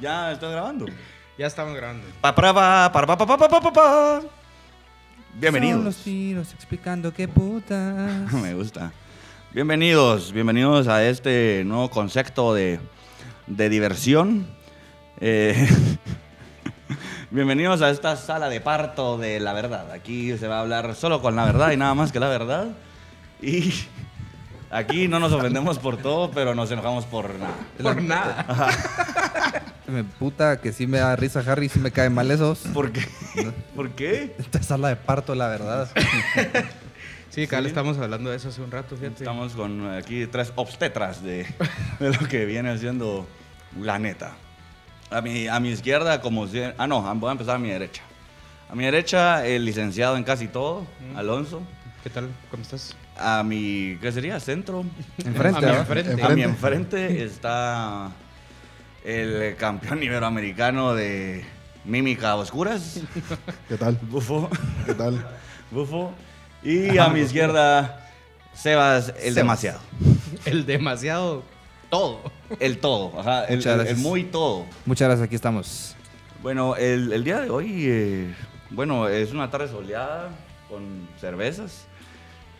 ¿Ya estás grabando? Ya estamos grabando. Pa, para, pa, para, pa, pa, pa, pa, pa, pa. Son los Bienvenidos. tiros explicando qué putas. Me gusta. Bienvenidos, bienvenidos a este nuevo concepto de, de diversión. Eh, bienvenidos a esta sala de parto de la verdad. Aquí se va a hablar solo con la verdad y nada más que la verdad. Y aquí no nos ofendemos por todo, pero nos enojamos por nada. Por nada. Me puta que sí me da risa Harry, sí me caen mal esos. ¿Por qué? ¿Por qué? Esta sala de parto, la verdad. Sí, acá le estamos hablando de eso hace un rato, fíjate. Estamos con eh, aquí tres obstetras de, de lo que viene siendo la neta. A mi, a mi izquierda, como si... Ah, no, voy a empezar a mi derecha. A mi derecha, el licenciado en casi todo, Alonso. ¿Qué tal? ¿Cómo estás? A mi, ¿qué sería? Centro. Enfrente, A mi ¿verdad? enfrente. A mi enfrente está el campeón iberoamericano de mímica a oscuras, ¿Qué tal? Bufo. ¿Qué tal? Bufo. Y a mi izquierda, Sebas, el Ah, Sebas. demasiado. El demasiado todo. El todo, ajá, el- Muchas el- el gracias. muy todo. Muchas gracias, aquí estamos. Bueno, el, el día de hoy, eh, bueno, es una tarde soleada con cervezas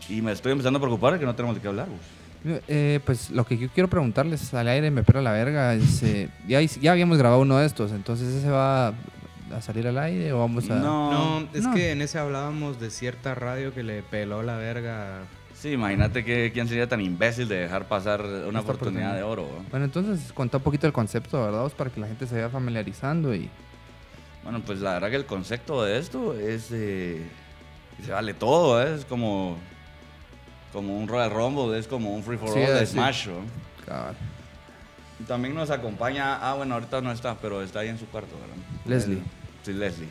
y me estoy empezando a preocupar de que no tenemos de qué hablar. Gus. Eh, pues lo que yo quiero preguntarles al aire, me pela la verga, es, eh, ya, hi- ya habíamos grabado uno de estos, entonces ese va a salir al aire o vamos a... no, No, es no. que en ese hablábamos de cierta radio que le peló la verga. Sí, imagínate que quién sería tan imbécil de dejar pasar una Esta oportunidad oportunidad. de oro. ¿no? Bueno, entonces contá un poquito el concepto, ¿verdad? Vos? Para que la gente se vaya familiarizando y... Bueno, pues la verdad que el concepto de esto es. eh, se vale todo, ¿eh? es como. Como un Royal Rumble, es como un free for Sí, all de sí. Smash. ¿no? Cabal. También nos acompaña, ah, bueno, ahorita no está, pero está ahí en su cuarto, ¿verdad? Leslie. El- sí, Leslie.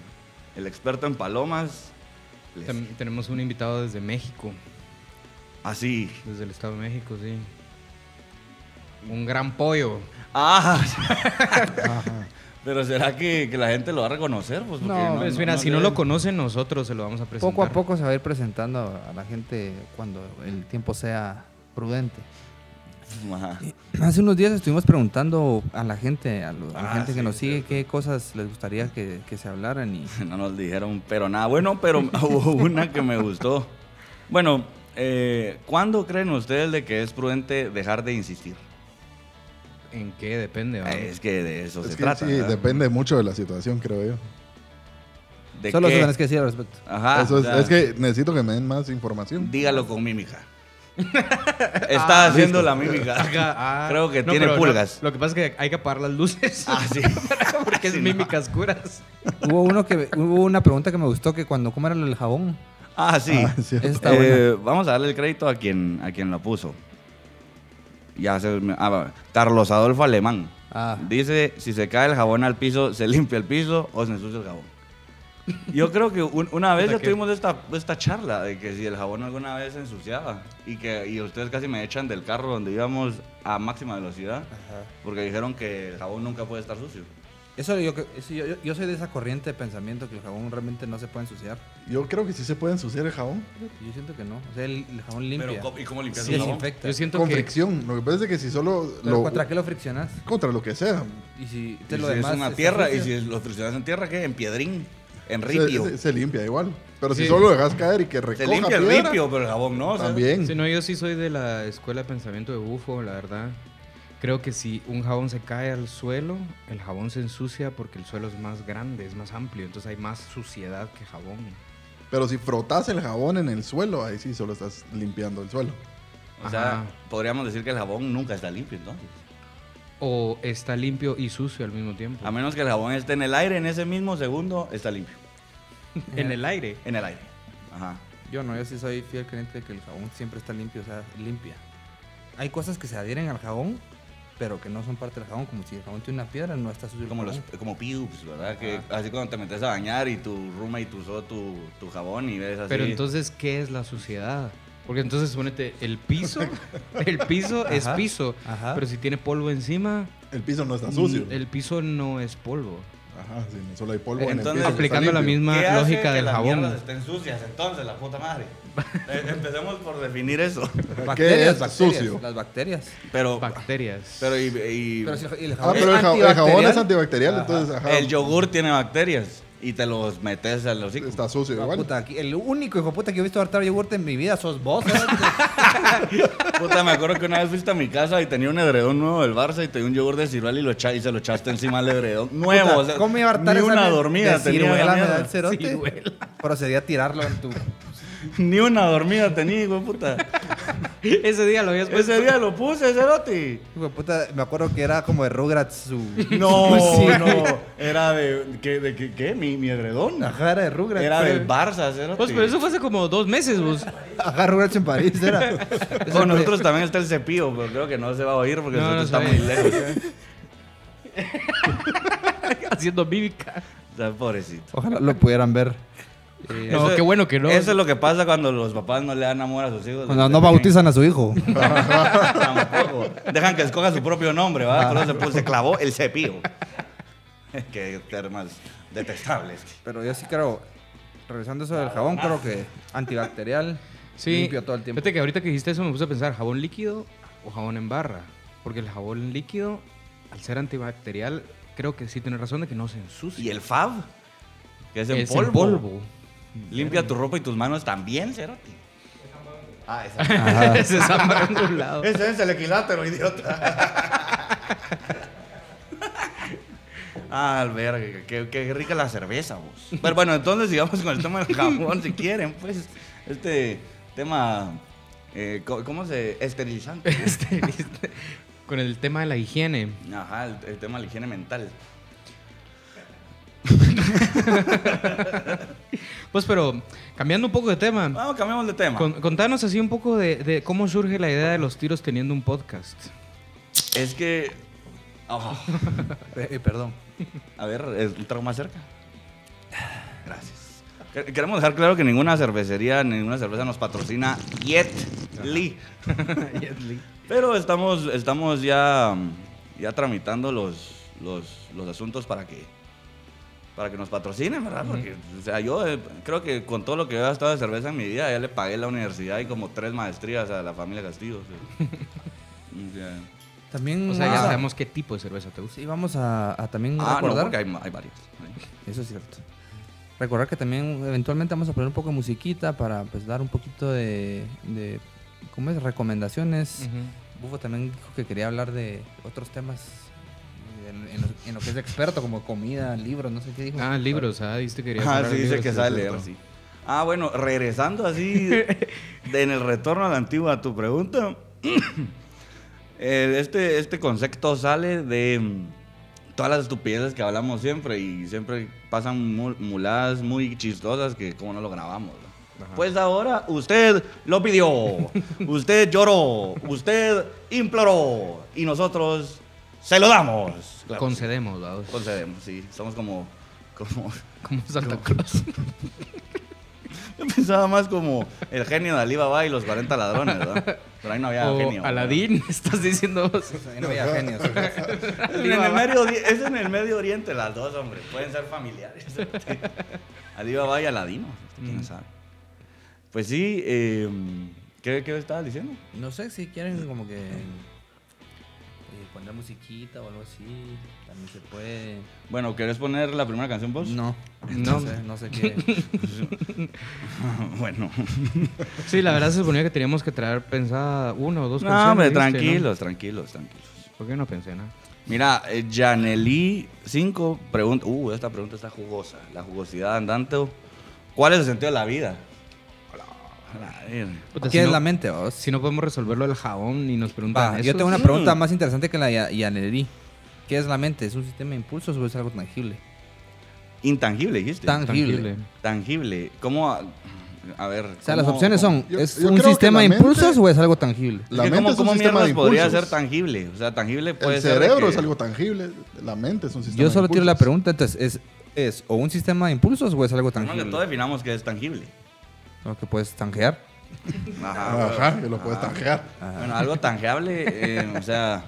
El experto en palomas. Leslie. Ah, También tenemos un invitado desde México, Así. desde el Estado de México, sí. Un gran pollo. Ah, Ajá. pero ¿será que, que la gente lo va a reconocer? Pues, porque No, pues mira, si no le- lo conocen, nosotros se lo vamos a presentar. Poco a poco se va a ir presentando a la gente cuando el tiempo sea prudente. Ajá. Hace unos días estuvimos preguntando a la gente, a, lo- a la Ah, gente sí, que nos sigue, qué cosas les gustaría que, que se hablaran y... No nos dijeron, pero nada. Bueno, pero hubo una que me gustó. Bueno, eh, ¿cuándo creen ustedes de que es prudente dejar de insistir? ¿En qué depende? va? Eh, Es que de eso Es se que trata. sí, ¿verdad? depende mucho de la situación, creo yo. ¿De Solo qué? eso tenés que decir al respecto. Ajá. Eso o es, sea, es que necesito que me den más información. Dígalo con mímica. Está haciendo la Acá, mímica. ah, Creo que no, tiene pero no, pulgas. lo que pasa es que hay que apagar las luces. Ah, sí. porque es Sí, no. mímicas curas. Hubo uno que hubo una pregunta que me gustó que cuando cómo era el jabón. Ah, sí. Ah, sí. Esa está Eh, buena. vamos a darle el crédito a quien, a quien lo puso. Ya se me- ah, va, Carlos Adolfo Alemán. Ah. Dice, si se cae el jabón al piso, se limpia el piso o se ensucia el jabón. Yo creo que un- una vez Puta ya que- tuvimos esta, esta charla de que si el jabón alguna vez se ensuciaba y que y ustedes casi me echan del carro donde íbamos a máxima velocidad porque dijeron que el jabón nunca puede estar sucio. Eso yo, que- eso yo, yo- yo soy de esa corriente de pensamiento que el jabón realmente no se puede ensuciar. Yo creo que sí se puede ensuciar el jabón. Yo siento que no. O sea, el, el jabón limpia. Pero, ¿cómo- ¿y cómo limpias Sí, el jabón? desinfecta. Yo siento Con que fricción. Lo que pasa es que si solo Pero lo. ¿Contra qué lo friccionas? contra lo que sea. Y si, Y te lo si demás es una está tierra, y sucio. si lo friccionas en tierra, ¿qué? En piedrín, en Se, ripio. se- se limpia igual. Pero Sí. si solo lo dejas caer y que Se recoja limpia el piedra, ripio, pero el jabón no. o sea, También. Sí, no, yo sí soy de la escuela de pensamiento de bufo, la verdad. Creo que si un jabón se cae al suelo, el jabón se ensucia porque el suelo es más grande, es más amplio, entonces hay más suciedad que jabón. Pero si frotas el jabón en el suelo, ahí sí solo estás limpiando el suelo. O sea, Ajá. podríamos decir que el jabón nunca está limpio, entonces. O está limpio y sucio al mismo tiempo. A menos que el jabón esté en el aire, en ese mismo segundo está limpio. En el aire. En el aire. Ajá. Yo no, yo sí soy fiel creyente de que el jabón siempre está limpio, o sea, limpia. Hay cosas que se adhieren al jabón, pero que no son parte del jabón, como si el jabón tiene una piedra, no está sucio el Como los jabón. como pubes, ¿verdad? Que así cuando te metes a bañar y tu ruma y tu usó tu, tu jabón y ves así. Pero entonces, ¿qué es la suciedad? Porque entonces, ponete, el piso, el piso es Ajá, piso, ajá. pero si tiene polvo encima, El piso no está sucio. el piso no es polvo. Ajá, sí, no solo hay polvo. en el Entonces, piso, está aplicando la limpio. misma ¿Qué hace lógica que del las mierdas jabón. estén sucias, entonces, la puta madre. Eh, Empecemos por definir eso. es bacterias, sucio? Las bacterias. Pero, Bacterias. pero y, y- Pero si el, el Ah, jabón pero el, es ja- el jabón es antibacterial, antibacterial, Ajá. entonces, ajá. el yogur tiene bacterias y te los metes al hocico. Está sucio Ah, igual. puta, aquí- el único hijo de puta que yo he visto hartar yogurte en mi vida sos vos. ¿eh? ¿sabes? Puta, me acuerdo que una vez fuiste a mi casa y tenía un edredón nuevo del Barça y te di un yogur de ciruela y, lo echa- y se lo echaste encima del edredón nuevo. Puta, o sea, ¿Cómo iba a hartar eh, ni esa una mierda? dormida de tenía. ciruela, la me da mierda. el cerote. Procedí a tirarlo en tu. Ni una dormida tenía, hijo de puta. Ese día lo habías puesto. Ese día lo puse, cerote. Hijo de puta, me acuerdo que era como de Rugrats su. No, Pues Sí. no. Era de. ¿Qué? De, qué- qué? ¿Mi, mi edredón? Ajá, era de Rugrats. Era pero- del Barça, cerote. Pues, pero eso fue hace como dos meses, vos. Ajá, Rugrats en París era. Con nosotros también está el cepillo, pero creo que no se va a oír porque No, nosotros no está se muy oye. lejos. ¿eh? Haciendo bíblica. Está pobrecito. Ojalá lo pudieran ver. no, Eso- qué bueno que no. Eso es lo que pasa cuando los papás no le dan amor a sus hijos. Cuando desde no pequeños. bautizan a su hijo. Tampoco. Dejan que escoja su propio nombre, ¿va? Por eso se, puso- se clavó el cepillo. Qué termas detestables. Pero yo sí creo, regresando eso del jabón, creo que antibacterial, Sí. limpio todo el tiempo. Fíjate que ahorita que dijiste eso me puse a pensar, ¿jabón líquido o jabón en barra? Porque el jabón líquido, al ser antibacterial, creo que sí tiene razón de que no se ensucia. ¿Y el Fab? Que es en Es polvo. en polvo. Limpia tu ropa y tus manos también, Cerote. Ah, esa. se zambra en un lado. Ese es el equilátero, idiota. Ah, albergue, qué, qué rica la cerveza, vos. Pero bueno, entonces sigamos con el tema del jabón, si quieren, pues. Este tema, eh, co- ¿cómo se...? Esterilizante. Este, ¿viste? Con el tema de la higiene. Ajá, el, el tema de la higiene mental. Pues, pero cambiando un poco de tema, Vamos, cambiamos de tema. con- contanos así un poco de, de cómo surge la idea de los tiros teniendo un podcast. Es que... oh, Eh, eh, perdón. a ver, es un trago más cerca. Gracias. Que- Queremos dejar claro que ninguna cervecería, ninguna cerveza nos patrocina yet, Lee. Pero estamos, estamos ya, mm, ya tramitando los, los, los asuntos para que, para que nos patrocinen, ¿verdad? Porque, o sea, yo eh, creo que con todo lo que he gastado de cerveza en mi vida, ya le pagué la universidad y como tres maestrías a la familia Castillo. o sea. O sea, También o sea, ya vamos a- sabemos qué tipo de cerveza te gusta. Sí, vamos a, a también ah, no, recordar. porque hay, hay varios. ¿sí? Eso es cierto. Recordar que también eventualmente vamos a poner un poco de musiquita para pues, dar un poquito de, de ¿cómo es? recomendaciones. Bufo también dijo que quería hablar de otros temas en, en lo, en lo que es experto, como comida, libros, no sé qué dijo. Ah, libros, ah, dijiste que querías Ah, hablar sí, de dice libros, que sí, sabe es leer, cierto. sí. Ah, bueno, regresando así, de- en el retorno a la antigua, a tu pregunta, eh, este, este concepto sale de mm, todas las estupideces que hablamos siempre y siempre pasan mu- muladas muy chistosas que como no lo grabamos. ¿no? Pues ahora usted lo pidió, usted lloró, usted imploró y nosotros se lo damos. Claro, Concedemos, vamos. concedemos, sí. Somos como... como Como Santa Claus. Yo pensaba más como el genio de Alibaba y los 40 ladrones, ¿verdad? Pero ahí no había o genio. Aladín, estás diciendo vos. Ahí no había genios. ¿verdad? En el Medio Ori- es en el Medio Oriente las dos, hombre. Pueden ser familiares. Alibaba y Aladino. Mm. ¿Quién sabe? Pues sí, eh, ¿qué, ¿qué estabas diciendo? No sé si quieren como que eh, poner musiquita o algo así. También se puede. Bueno, ¿querés poner la primera canción vos? No, No. no sé, no sé qué. bueno. Sí, la verdad se suponía que teníamos que traer pensada una o dos canciones. No, hombre, ¿viste, no? tranquilos, tranquilos, tranquilos. ¿Por qué no pensé nada? Mira, eh, Janely 5 pregunta. Uh, esta pregunta está jugosa. La jugosidad andante. ¿Cuál es el sentido de la vida? A la verga. Puta, ¿Qué si es no- la mente, vos? Si no podemos resolverlo el jabón y nos preguntan Va, eso. yo tengo una Mm. pregunta más interesante que la ya- Yanerí. ¿Qué es la mente? ¿Es un sistema de impulsos o es algo tangible? Intangible, dijiste. Tangible. Tangible. Tangible. ¿Cómo? A, a ver. O sea, las ¿cómo- opciones cómo- son, Yo- ¿es yo un creo que sistema de la mente- impulsos o es algo tangible? Es La que mente ¿Cómo, es un cómo sistema de mierdas podría impulsos. ser tangible? O sea, tangible puede El ser. de cerebro que- es algo tangible, la mente es un sistema Yo solo de tiro la impulsos. pregunta, entonces, ¿es, ¿es o un sistema de impulsos o es algo No, que todos tangible? definamos que es tangible. Lo que puedes tangear. Ajá. Ajá, que lo Ah, puedes tangear. Bueno, algo tangible, eh, o sea,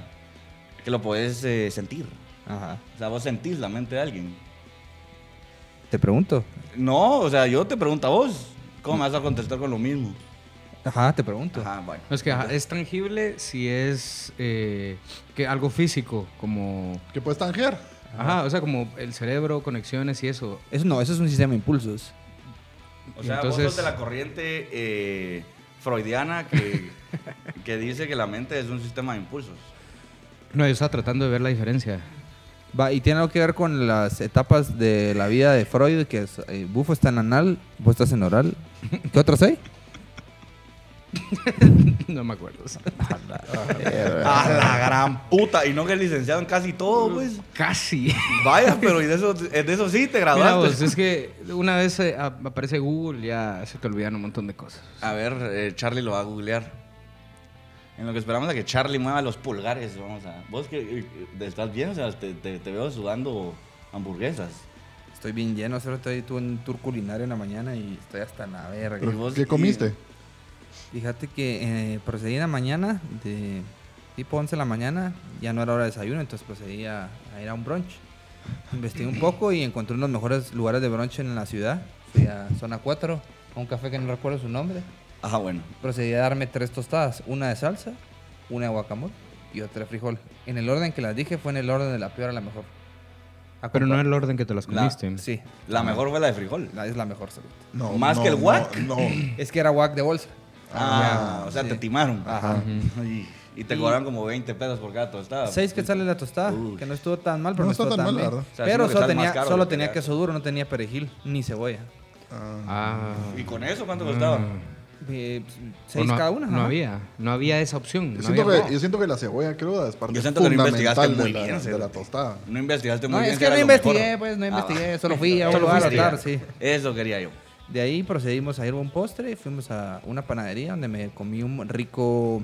que lo puedes eh, sentir. Ajá. O sea, vos sentís la mente de alguien. Te pregunto. No, o sea, yo te pregunto a vos, ¿cómo me vas a contestar con lo mismo? Ajá, te pregunto. Ajá, bueno. No, es que ajá, es tangible si es eh, que algo físico, como... Que puedes tangear. Ajá, o sea, como el cerebro, conexiones y eso. Eso no, eso es un sistema de impulsos. O sea, Entonces- vos sos de la corriente eh, freudiana que, que dice que la mente es un sistema de impulsos. No, yo estaba tratando de ver la diferencia. Va, y tiene algo que ver con las etapas de la vida de Freud, que es, eh, Bufo está en anal, vos estás en oral. ¿Qué otras hay? no me acuerdo. ¡A la gran puta! Y no que es licenciado en casi todo, pues. Casi. Vaya, pero y de eso, eh, de eso sí te Mira graduaste. vos, es que una vez eh, a- aparece Google ya se te olvidan un montón de cosas. A ver, eh, Charlie lo va a googlear. En lo que esperamos a que Charlie mueva los pulgares, vamos a... ¿Vos que eh, te estás bien? O sea, te, te- te veo sudando hamburguesas. Estoy bien lleno, solo estoy tuve un tour culinario en la mañana y estoy hasta la verga. ¿Y vos- ¿Qué comiste? Fíjate que eh, procedí en la mañana, de tipo 11 de la mañana, ya no era hora de desayuno, entonces procedí a, a ir a un brunch. Investigué un poco y encontré unos mejores lugares de brunch en la ciudad. Fui a Zona 4, a un café que no recuerdo su nombre. Ajá, Ah, bueno. Procedí a darme tres tostadas, una de salsa, una de guacamole y otra de frijol. En el orden que las dije fue en el orden de la peor a la mejor. Pero no en el orden que te las La- comiste. Sí, La mejor fue la de frijol. la- es la mejor salud. No. ¿Más no, que el no, guac? No. Es que era guac de bolsa. Ah, Ah, o sea, sí. te timaron. Ajá. Y, y te cobraron como 20 pesos por cada tostada. Seis que sale la tostada, Ah, Uy. que no estuvo tan mal, pero no, No estuvo está tan tan mal, bien. la verdad. O sea, pero sino que solo sale más tenía, caro solo que tenía pegar. queso duro, no tenía perejil ni cebolla. Ah, Ah. ¿Y con eso cuánto costaba? Eh, pues, O seis no, cada una. No ajá. había, no había esa opción. no yo, siento había- que, yo siento que la cebolla cruda es parte Yo siento que lo investigaste fundamental muy de, la, bien, de César. la tostada. No investigaste muy No, bien. es si que era no lo mejor. investigué, pues, no Ah, investigué, va. solo fui a un Solo lugar a fuiste hablar, ya. sí. Eso quería yo. De ahí procedimos a ir a un postre, fuimos a una panadería donde me comí un rico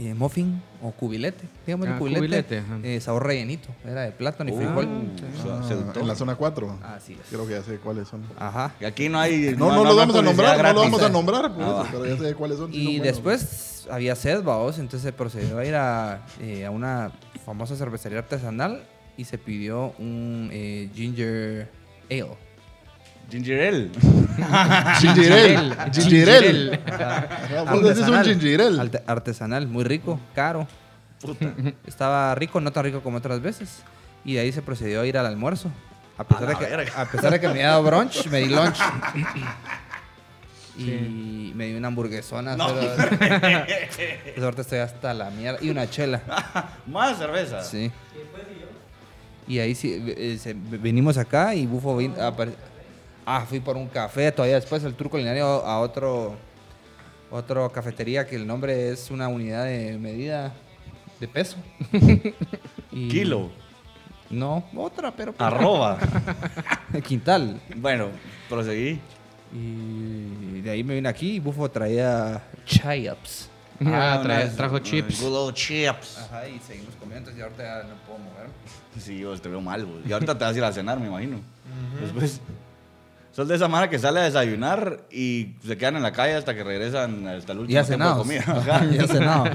eh, muffin o cubilete, digamos Ah, cubilete, cubilete, ajá. eh, sabor rellenito, era de plátano y Uh, frijol. se- Ah, seductor. en la zona 4. Así es. Creo que ya sé cuáles son. Ajá. Y Aquí no hay. No, no, lo hagan vamos a publicidad nombrar, no lo gratis. vamos a nombrar, por Ah, eso, va. pero ya sé cuáles son. sí son Y buenos. después había sed, vaos, entonces se procedió a ir a, eh, a una famosa cervecería artesanal y se pidió un eh, ginger ale. Ginger ale. Gingerel. Gingerel. Ajá, Vos decís un gingerel. arte- artesanal, muy rico, caro. Puta. Estaba rico, no tan rico como otras veces. Y de ahí se procedió a ir al almuerzo. A pesar, A de la que, verga. a pesar de que me había dado brunch, me di lunch. Y me di una hamburguesona. No. pero- de suerte estoy hasta la mierda. Y una chela. Más cerveza. Sí. Y ahí sí, eh, se- venimos acá y Bufo vin- apare- Ah, fui por un café, todavía después el tour culinario a otro otro cafetería que el nombre es una unidad de medida de peso. Y- Kilo. No, otra, pero pues, Arroba. quintal. bueno, proseguí. Y de ahí me vine aquí y Bufo traía chayops. Ah, una trae- vez- trajo chips. Good old chips. Ajá, y seguimos comiendo, entonces ahorita ya no puedo moverme. Sí, vos te veo mal, vos. Y ahorita te vas a ir a cenar, me imagino. Después. Son de esa mara que sale a desayunar y se quedan en la calle hasta que regresan hasta el último Ya tiempo de cenados. comida. Ajá. Ya cenados.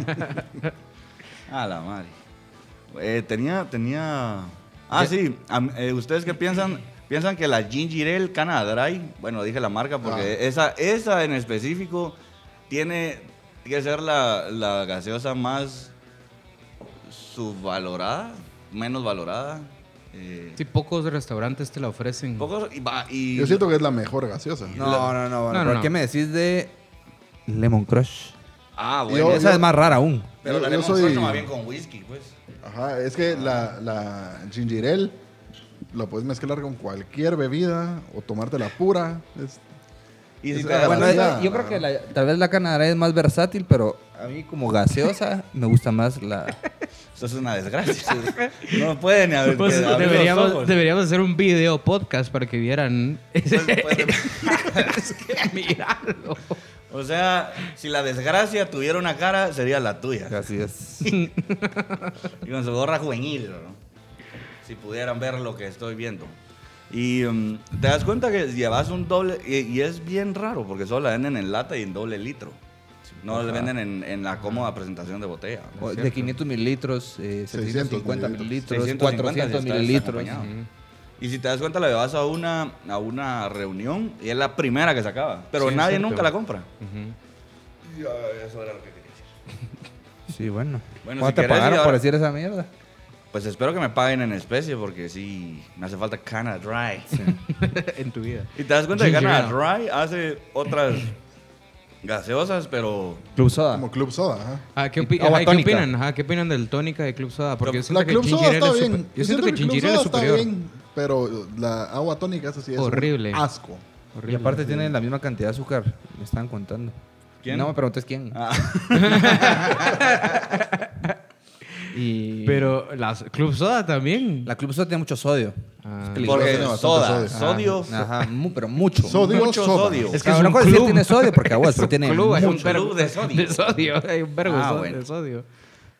A la madre. Eh, tenía, tenía. Ah, sí. am- eh, ¿Ustedes qué piensan? ¿Piensan que la Ginger Ale Canada Dry, bueno, dije la marca porque esa, esa en específico tiene que ser la, la gaseosa más subvalorada, menos valorada? Eh, Sí, pocos restaurantes te la ofrecen. Pocos y, va- y- Yo siento que es la mejor gaseosa. No, no, no. No, bueno, no, ¿Por no. qué me decís de Lemon Crush? Ah, bueno. Yo- Esa es más rara aún. pero la yo- yo Lemon soy- Crush toma bien con whisky, pues. Ajá, es que la, la ginger ale la puedes mezclar con cualquier bebida o tomártela pura. Es- Y Es- si te ah, das- Bueno, la- es- la- yo creo que la- tal vez la Canadá es más versátil, pero a mí como gaseosa me gusta más la... eso es una desgracia. No pueden haber. Pues, que abrir los deberíamos, ojos. deberíamos hacer un video podcast para que vieran. Pues, pues, es que míralo. O sea, si la desgracia tuviera una cara, sería la tuya. Así es. Y con su gorra juvenil, ¿no? Si pudieran ver lo que estoy viendo. Y mm, te das cuenta que llevas un doble, y, y es bien raro, porque solo la venden en lata y en doble litro. No la venden en, en la cómoda presentación de botella. ¿no? O De cierto. 500 mililitros, eh, 600 750 mililitros, 650 si 400 estás mililitros. acompañado. Y si te das cuenta, la llevas a una, a una reunión y es la primera que se acaba. Pero Sí, es nadie cierto. nunca la compra. Ujú. Ya, eso era lo que quería decir. Sí, bueno. Bueno, si ¿Cuánto te querés, pagaron y por ahora- decir esa mierda? Pues espero que me paguen en especie porque sí, me hace falta Canada Dry. en tu vida. Y te das cuenta que Ginger Canada Dry hace otras gaseosas, pero Club Soda. Como Club Soda, ajá. Ah, ¿qué, Y opi- agua ajá, ¿qué tónica. opinan? Ajá, ¿Qué opinan del tónica de Club Soda? Porque yo siento La que Club Soda Ginger Ale está es bien. super- Yo siento que Club Ginger Ale Soda es está superior. bien, pero la agua tónica esa sí es Horrible. Un asco. Y Horrible, aparte sí. tienen la misma cantidad de azúcar. Me estaban contando. ¿Quién? No me preguntes quién. Ah, Y Pero las Club Soda también. la Club Soda tiene mucho sodio. Ah. Es peligroso. porque tiene bastante soda, sodio. Ajá, sodio, Ajá, mu- pero mucho. Sodio. mucho soda. sodio. Es Es que que es no un puedo decir club. tiene sodio porque aguas, pero tiene club, eh. es un mucho vergo club de sodio. De sodio, hay un vergo de Ah, so- bueno. de sodio.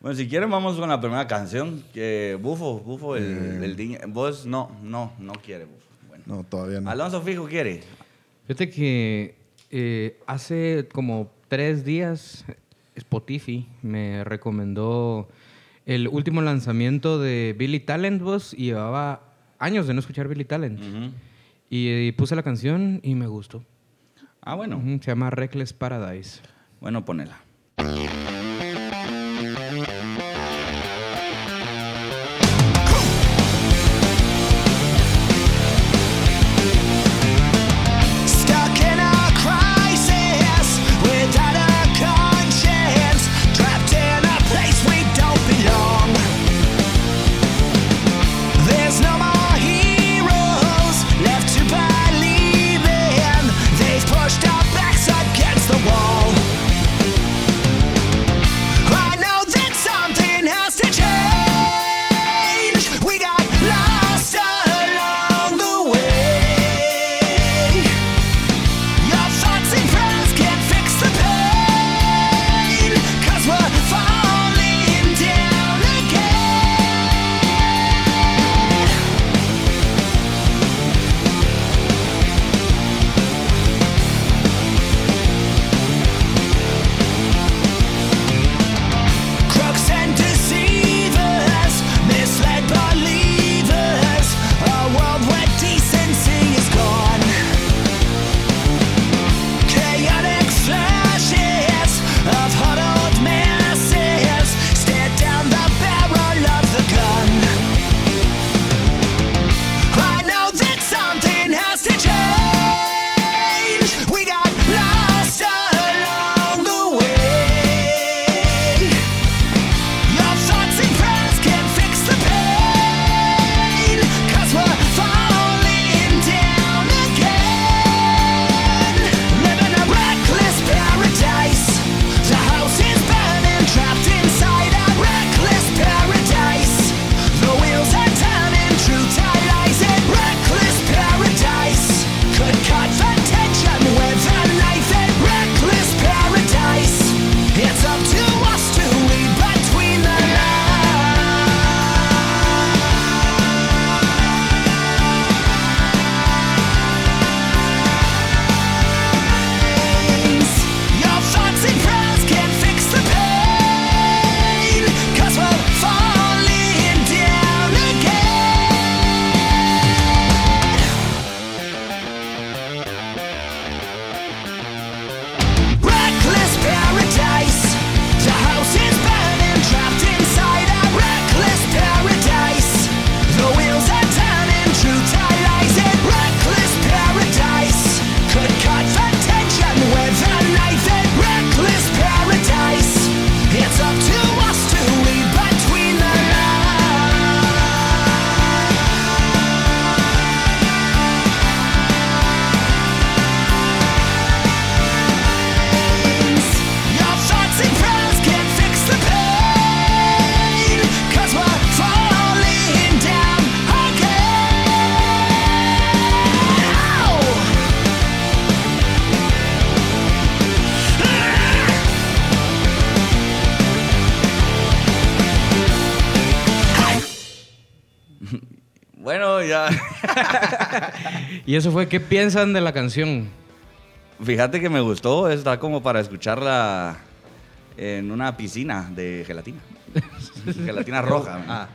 Bueno, si quieren vamos con la primera canción. Que Bufo, Bufo, el, el diñe- Vos no, no, no quiere Bufo. Bueno. Eh. No, todavía no. Alonso Fijo quiere. Fíjate que eh, hace como tres días Spotify me recomendó el último lanzamiento de Billy Talent, vos, y llevaba años de no escuchar Billy Talent. Ujú. Y, eh, puse la canción y me gustó. Ah, bueno. Ujú, Se llama Reckless Paradise. Bueno, ponela. Stuck in a crisis without a conscience, trapped in a place we don't belong. There's no more heroes left to believe in. They've pushed our backs against the wall. I know that something has to change. We got lost along the way. Your thoughts and prayers can't fix the pain. Cause we're falling down again. Crooks and deceivers, misled believers, a world where decency is gone. Chaotic flashes of huddled masses stare down the barrel of the gun. I know that something has to change. We got lost along the way. Your thoughts and prayers can't fix the pain. Cause we're falling down again. Living a reckless paradise. The house is burning, trapped inside a reckless paradise. The wheels are turning, truth are lies in reckless paradise. Could cut the tension with a knife in reckless paradise. It's up to us to read between the lines. Your thoughts and prayers can't fix the pain. Cause we're falling down again. Reckless paradise. The house is burning, trapped inside a reckless paradise. The wheels are turning, truth are lies in reckless paradise. Could cut the tension with a knife in reckless paradise. It's up to us to read between the lines. Your thoughts and prayers can't fix the pain. Cause we're falling down again. Bueno, ya. Y eso fue, ¿qué piensan de la canción? Fíjate que me gustó. Está como para escucharla en una piscina de gelatina. gelatina roja. man. Ah,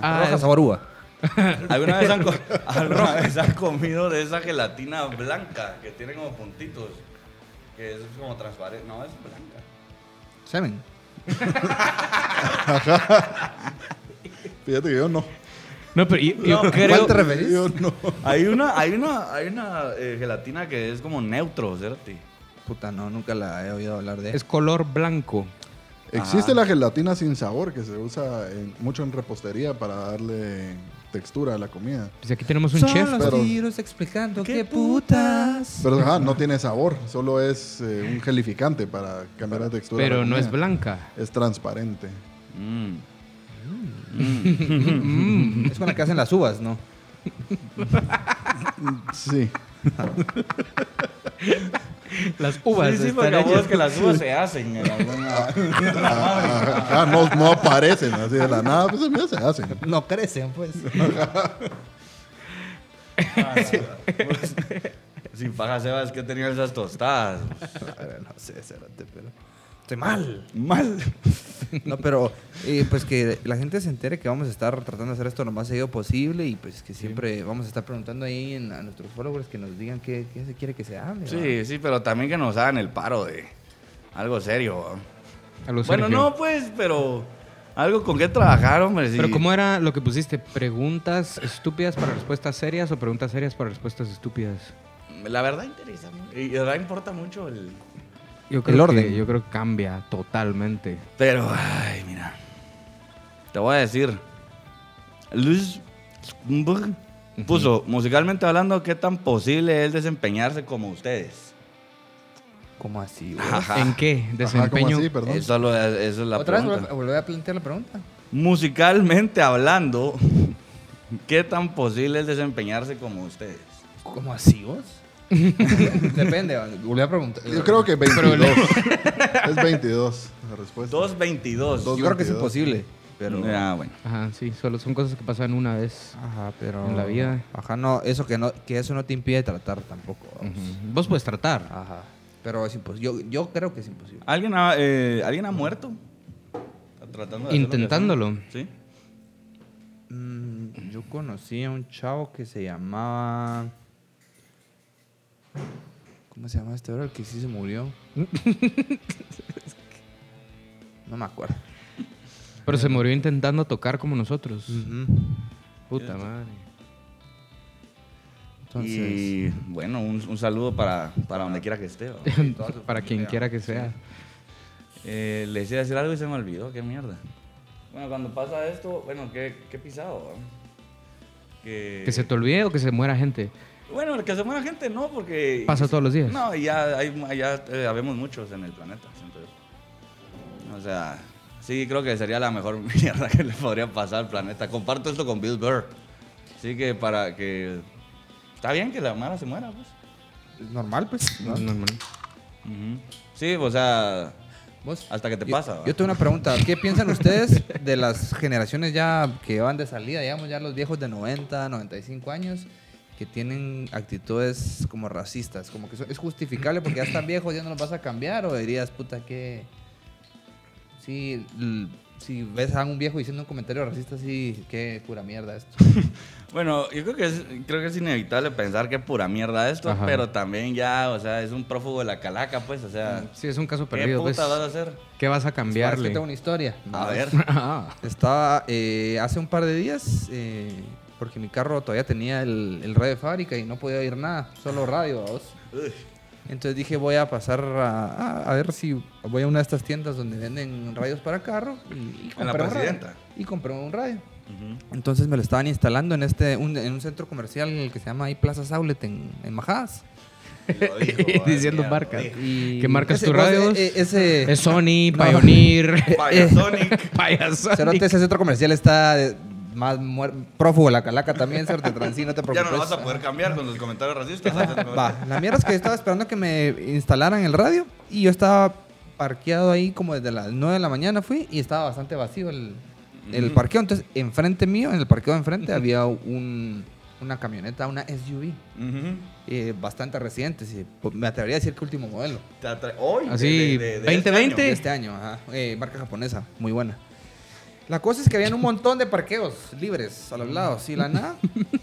Ah, roja es- sabor uva. ¿Alguna vez, han, co- alguna vez han comido de esa gelatina blanca que tiene como puntitos? Que es como transparente. No, es blanca. Semen. Fíjate que yo no. No, pero yo, yo No, creo... ¿Cuál te referís? Yo no. Hay una, hay una, hay una eh, gelatina que es como neutro, ¿cierto? Puta, no, nunca la he oído hablar de. Es color blanco. Existe la gelatina sin sabor que se usa en- mucho en repostería para darle textura a la comida. Pues aquí tenemos un Son chef. pero- tiros explicando ¿Qué qué putas. Pero ajá, ah, no tiene sabor, solo es eh, un gelificante para cambiar la textura. de la Pero no comida. es blanca. Es transparente. Mm. Es con la que hacen las uvas, ¿no? Sí. Las uvas Sí, sí, están porque a vos hechas- que las uvas se hacen en alguna... Ajá, Ah, no, no aparecen así de la nada, pues mira, se hacen. No crecen, pues. Sin paja, Sebas, que tenían esas tostadas. no sé, Cerote, pero. Estoy mal. Mal. No, pero eh, pues que la gente se entere que vamos a estar tratando de hacer esto lo más seguido posible y pues que siempre vamos a estar preguntando ahí en- a nuestros followers que nos digan qué, qué se quiere que se hable. Sí, sí, pero también que nos hagan el paro de algo serio. ¿va? A lo Bueno, Sergio. no, pues, pero algo con qué trabajar, hombre. sí. Pero ¿cómo era lo que pusiste? ¿Preguntas estúpidas para respuestas serias o preguntas serias para respuestas estúpidas? La verdad interesa. mu- Y la verdad importa mucho el... Yo creo que- yo creo que cambia totalmente. Pero, ay, mira. Te voy a decir. Luis Schumacher puso, musicalmente hablando, ¿qué tan posible es desempeñarse como ustedes? güey. ¿Cómo así, güey? Ajá. ¿En qué? Ajá, ¿cómo ¿Desempeño? así? Perdón. Eso, lo- eso es la ¿Otra pregunta. vez vuelve- volver a plantear la pregunta? Musicalmente hablando, ¿qué tan posible es desempeñarse como ustedes? ¿Cómo así vos? Depende, volver a preguntar. Yo creo que 22. es 22 la respuesta. 222. Dos- Yo creo que es 22. imposible, pero... Ah, bueno. Ajá, sí, solo son cosas que pasan una vez. Ajá, pero... En la vida. Ajá, no, eso que, no, que eso no te impide tratar tampoco. vamos. Vos puedes tratar. Ajá. Pero es imposible. Yo, yo creo que es imposible. ¿Alguien ha, eh, ¿alguien ha muerto? Está tratando de hacer lo que Intentándolo. hacen. Sí. Mm, yo conocí a un chavo que se llamaba... ¿Cómo se llama este bro? El que sí se murió. No me acuerdo. Pero se murió intentando tocar como nosotros. Ujú. Puta madre. Entonces... Y bueno, un, un saludo para, para donde quiera que esté. ¿va? para quien quiera que sea. Eh, les iba a decir algo y se me olvidó, qué mierda. Bueno, cuando pasa esto, bueno, qué, qué pisado. ¿va? Que, Que se te olvide o que se muera gente. Bueno, el que se muera gente no, porque... Pasa todos los días. No, ya, hay, ya eh, habemos muchos en el planeta, siento yo. O sea, sí, creo que sería la mejor mierda que le podría pasar al planeta. Comparto esto con Bill Burr. Así que para que... Está bien que la mala se muera, pues. Es normal, pues. ¿no? No, no, no. Ujú. Sí, o sea... ¿Vos? Hasta que te Yo- pasa, ¿va? Yo, tengo una pregunta. ¿Qué piensan ustedes de las generaciones ya que van de salida, digamos, ya los viejos de 90, 95 años, que tienen actitudes como racistas? Como que eso es justificable porque ya están viejos, ya no los vas a cambiar, o dirías, puta, que. Sí, l- si ves a un viejo diciendo un comentario racista, sí, qué pura mierda esto. Bueno, yo creo que es, creo que es inevitable pensar que es pura mierda esto, Ajá. pero también ya, o sea, es un prófugo de la calaca, pues, o sea, Sí, es un caso ¿qué Mm, perdido. puta pues. vas a hacer? ¿Qué vas a Es que cambiarle? tengo una historia. A ver, Ah, Estaba eh, hace un par de días, eh, porque mi carro todavía tenía el, el radio de fábrica y no podía oír nada, solo radio. ¿vaos? Entonces dije, voy a pasar a, a- a ver si voy a una de estas tiendas donde venden radios para carro. Y, y En la compré un radio. Presidenta. Y compré un radio. Entonces me lo estaban instalando en, este, un- en un centro comercial que se llama ahí Plaza Saulet en, en Majadas. Lo dijo, Diciendo ya lo marcas. dijo. Y ¿Qué marcas ese- tu vos, radio? eh, eh, ese, Es Sony, No. Pioneer. Payasonic. Payasonic. Cerote, ese centro comercial está eh, más muer- prófugo de la calaca también, Cerote Transi, no te Ya no preocupes. lo vas a pues, poder cambiar con los comentarios racistas. Va, la mierda es que estaba esperando que me instalaran el radio y yo estaba parqueado ahí como desde las 9 de la mañana fui y estaba bastante vacío el, el parqueo. Entonces, enfrente mío, en el parqueo de enfrente, había un- una camioneta, una SUV, Ujú. eh, bastante reciente, sí, po- me atrevería a decir que último modelo. Te atra- hoy, Así, de- de- de- de 2020. este Este año, ajá, eh, marca japonesa, muy buena. La cosa es que habían un montón de parqueos libres a los lados. Y la nada,